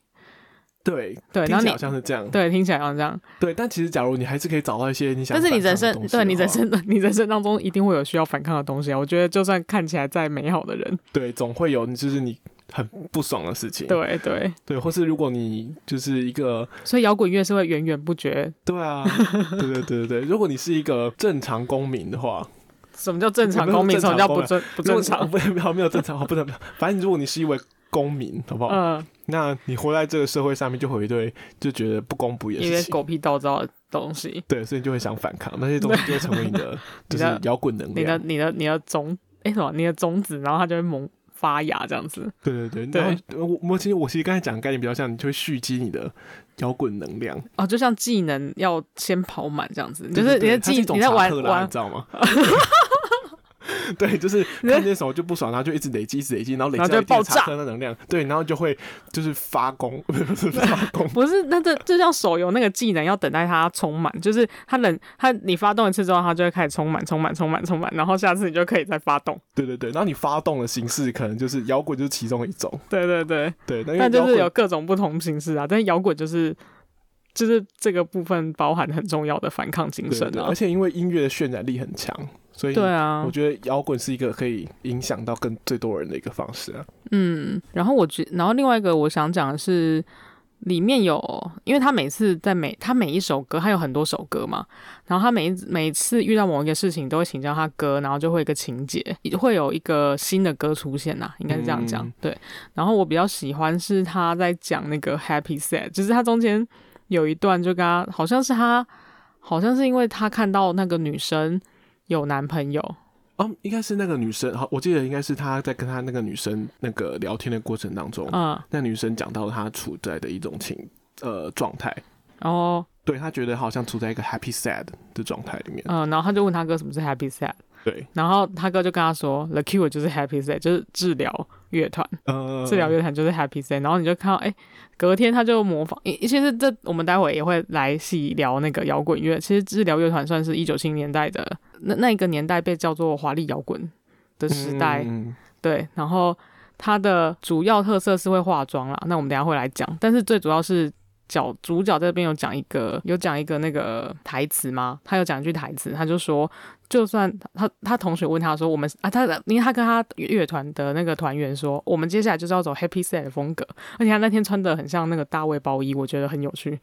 Speaker 2: 对
Speaker 1: 对，然
Speaker 2: 听
Speaker 1: 后
Speaker 2: 起
Speaker 1: 你
Speaker 2: 来好像是这样，
Speaker 1: 对听起来好像这样，
Speaker 2: 对，但其实假如你还是可以找到一些你想
Speaker 1: 但是
Speaker 2: 反抗
Speaker 1: 你
Speaker 2: 的
Speaker 1: 人
Speaker 2: 东西的话，
Speaker 1: 生对你人生 你人生当中一定会有需要反抗的东西啊。我觉得就算看起来再美好的人，
Speaker 2: 对总会有就是你很不爽的事情，
Speaker 1: 对对，
Speaker 2: 对，或是如果你就是一个
Speaker 1: 所以摇滚乐是会源源不绝。
Speaker 2: 对啊，对对对对对，如果你是一个正常公民的话，
Speaker 1: 什么叫正常公
Speaker 2: 没有
Speaker 1: 民？什么叫不
Speaker 2: 正
Speaker 1: 正不正常？
Speaker 2: 不 没有没有正常，不能，反正如果你是一位公民，好不好？
Speaker 1: 嗯，
Speaker 2: 那你活在这个社会上面，就会有一堆就觉得不公不义的
Speaker 1: 一些
Speaker 2: 事情，
Speaker 1: 狗屁倒灶的东西。
Speaker 2: 对，所以你就会想反抗，那些东西就会成为你 的
Speaker 1: 你
Speaker 2: 就是
Speaker 1: 的
Speaker 2: 摇滚能
Speaker 1: 你的
Speaker 2: 量，
Speaker 1: 你的你的种哎、什么？你的种子，然后它就会萌发芽这样子。
Speaker 2: 对对对。
Speaker 1: 对
Speaker 2: 然后呃我我其实我其实刚才讲的概念比较像，你就会蓄积你的摇滚能量，
Speaker 1: 哦，就像技能要先跑满这样子，就是
Speaker 2: 对对
Speaker 1: 你
Speaker 2: 对
Speaker 1: 的
Speaker 2: 它是
Speaker 1: 技
Speaker 2: 一种
Speaker 1: 你在
Speaker 2: 查
Speaker 1: 玩
Speaker 2: 克啊拉，你
Speaker 1: 玩
Speaker 2: 知道 吗？ 对，就是
Speaker 1: 你在
Speaker 2: 看见什么就不爽，然后就一直累积，一直累积，然后累积
Speaker 1: 然后
Speaker 2: 到
Speaker 1: 就
Speaker 2: 一定的
Speaker 1: 爆炸
Speaker 2: 查克拉能量，对，然后就会就是发功， 不是不是发 功，
Speaker 1: 不是那这就像手游那个技能要等待它充满，就是它冷它你发动一次之后，它就会开始充满充满充满充满，然后下次你就可以再发动。
Speaker 2: 对对对。然后你发动的形式可能就是摇滚，就是其中一种，
Speaker 1: 对对对，
Speaker 2: 对。那因为
Speaker 1: 但就
Speaker 2: 摇
Speaker 1: 是
Speaker 2: 滚
Speaker 1: 有各种不同形式啊，但是摇滚就是。就是这个部分包含很重要的反抗精
Speaker 2: 对
Speaker 1: 神
Speaker 2: 对对
Speaker 1: 啊
Speaker 2: 而，且因为音乐的渲染力很强，所以
Speaker 1: 对啊
Speaker 2: 我，觉得摇滚是一个可以影响到更最多人的一个方式啊。
Speaker 1: 嗯，然后我觉，然后另外一个我想讲的是，里面有，因为他每次在每他每一首歌，他有很多首歌嘛，然后他每一每次遇到某一个事情，都会请教他歌，然后就会有一个情节，会有一个新的歌出现呐、应该是这样讲、
Speaker 2: 嗯
Speaker 1: 对。然后我比较喜欢是他在讲那个 Happy Sad，就是他中间有一段就跟他好像是他好像是因为他看到那个女生有男朋友，
Speaker 2: 哦，应该是那个女生，好，我记得应该是他在跟他那个女生那个聊天的过程当中，
Speaker 1: 嗯，
Speaker 2: 那女生讲到她处在的一种情呃状态，
Speaker 1: 然后
Speaker 2: 对她觉得好像处在一个 happy sad 的状态里面，
Speaker 1: 嗯，然后他就问他哥什么是 Happy Sad，
Speaker 2: 对，
Speaker 1: 然后他哥就跟他说，The Cure 就是 Happy Sad，就是治疗乐团。
Speaker 2: 呃，
Speaker 1: 治疗乐团就是 Happy Sad，然后你就看到，哎、隔天他就模仿，诶其实这我们待会也会来细聊那个摇滚乐。其实治疗乐团算是一九七零年代的那那一个年代被叫做华丽摇滚的时代，
Speaker 2: 嗯
Speaker 1: 对。然后它的主要特色是会化妆啦，那我们等一下会来讲，但是最主要是。角主角这边有讲一个有讲一个那个台词吗？他有讲一句台词，他就说，就算他他同学问他说，我们啊，他因为他跟他乐团的那个团员说，我们接下来就是要走 happy sad 的风格，而且他那天穿的很像那个大卫包衣，我觉得很有趣，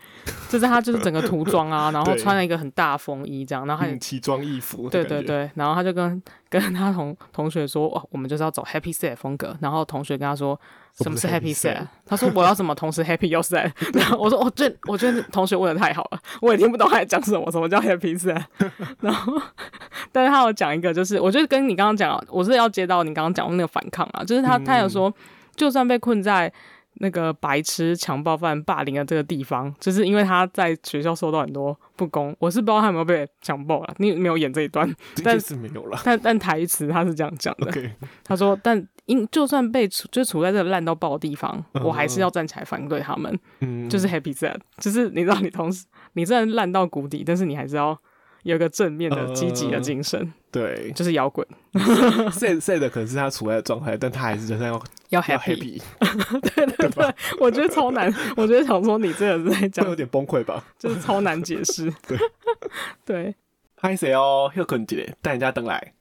Speaker 1: 就是他就是整个涂装啊，然后
Speaker 2: 对
Speaker 1: 穿了一个很大的风衣这样，然后他也
Speaker 2: 嗯，奇装异服，
Speaker 1: 对对，对，然后他就跟跟他同同学说，哇，我们就是要走 happy sad 风格。然后同学跟他说，
Speaker 2: 我
Speaker 1: 什么
Speaker 2: 不
Speaker 1: 是
Speaker 2: 是
Speaker 1: happy
Speaker 2: happy
Speaker 1: sad？
Speaker 2: sad
Speaker 1: 他说我要怎么同时 happy 又 sad。然后我说，哦，这我觉得同学问的太好了，我也听不懂他在讲什么，什么叫 happy sad。然 后，但是他有讲一个，就是我觉得跟你刚刚讲，我是要接到你刚刚讲的那个反抗啊，就是他他有说，就算被困在。那个白痴强暴犯霸凌的这个地方，就是因为他在学校受到很多不公，我是不知道他有没有被强暴了，你没有演这一段，但
Speaker 2: 但是没有了。
Speaker 1: 但但台词他是这样讲的，
Speaker 2: OK，
Speaker 1: 他说：“但因就算被处就处在这个烂到爆的地方，
Speaker 2: 嗯
Speaker 1: 我还是要站起来反对他们，
Speaker 2: 嗯，
Speaker 1: 就是 happy sad，就是你知道你同时你虽然烂到谷底，但是你还是要有一个正面的
Speaker 2: 嗯
Speaker 1: 积极的精神，
Speaker 2: 对
Speaker 1: 就是摇滚
Speaker 2: sad sad 的可能是他处在的状态，但他还是仍然要
Speaker 1: 要
Speaker 2: 要
Speaker 1: happy。
Speaker 2: happy，
Speaker 1: 对对对，我觉得超难，我觉得想说你这个是在
Speaker 2: 会有
Speaker 1: 讲，
Speaker 2: 点崩溃吧？
Speaker 1: 就是超难 解释。对对，
Speaker 2: 嗨谁哦，又困起来，带人家等来，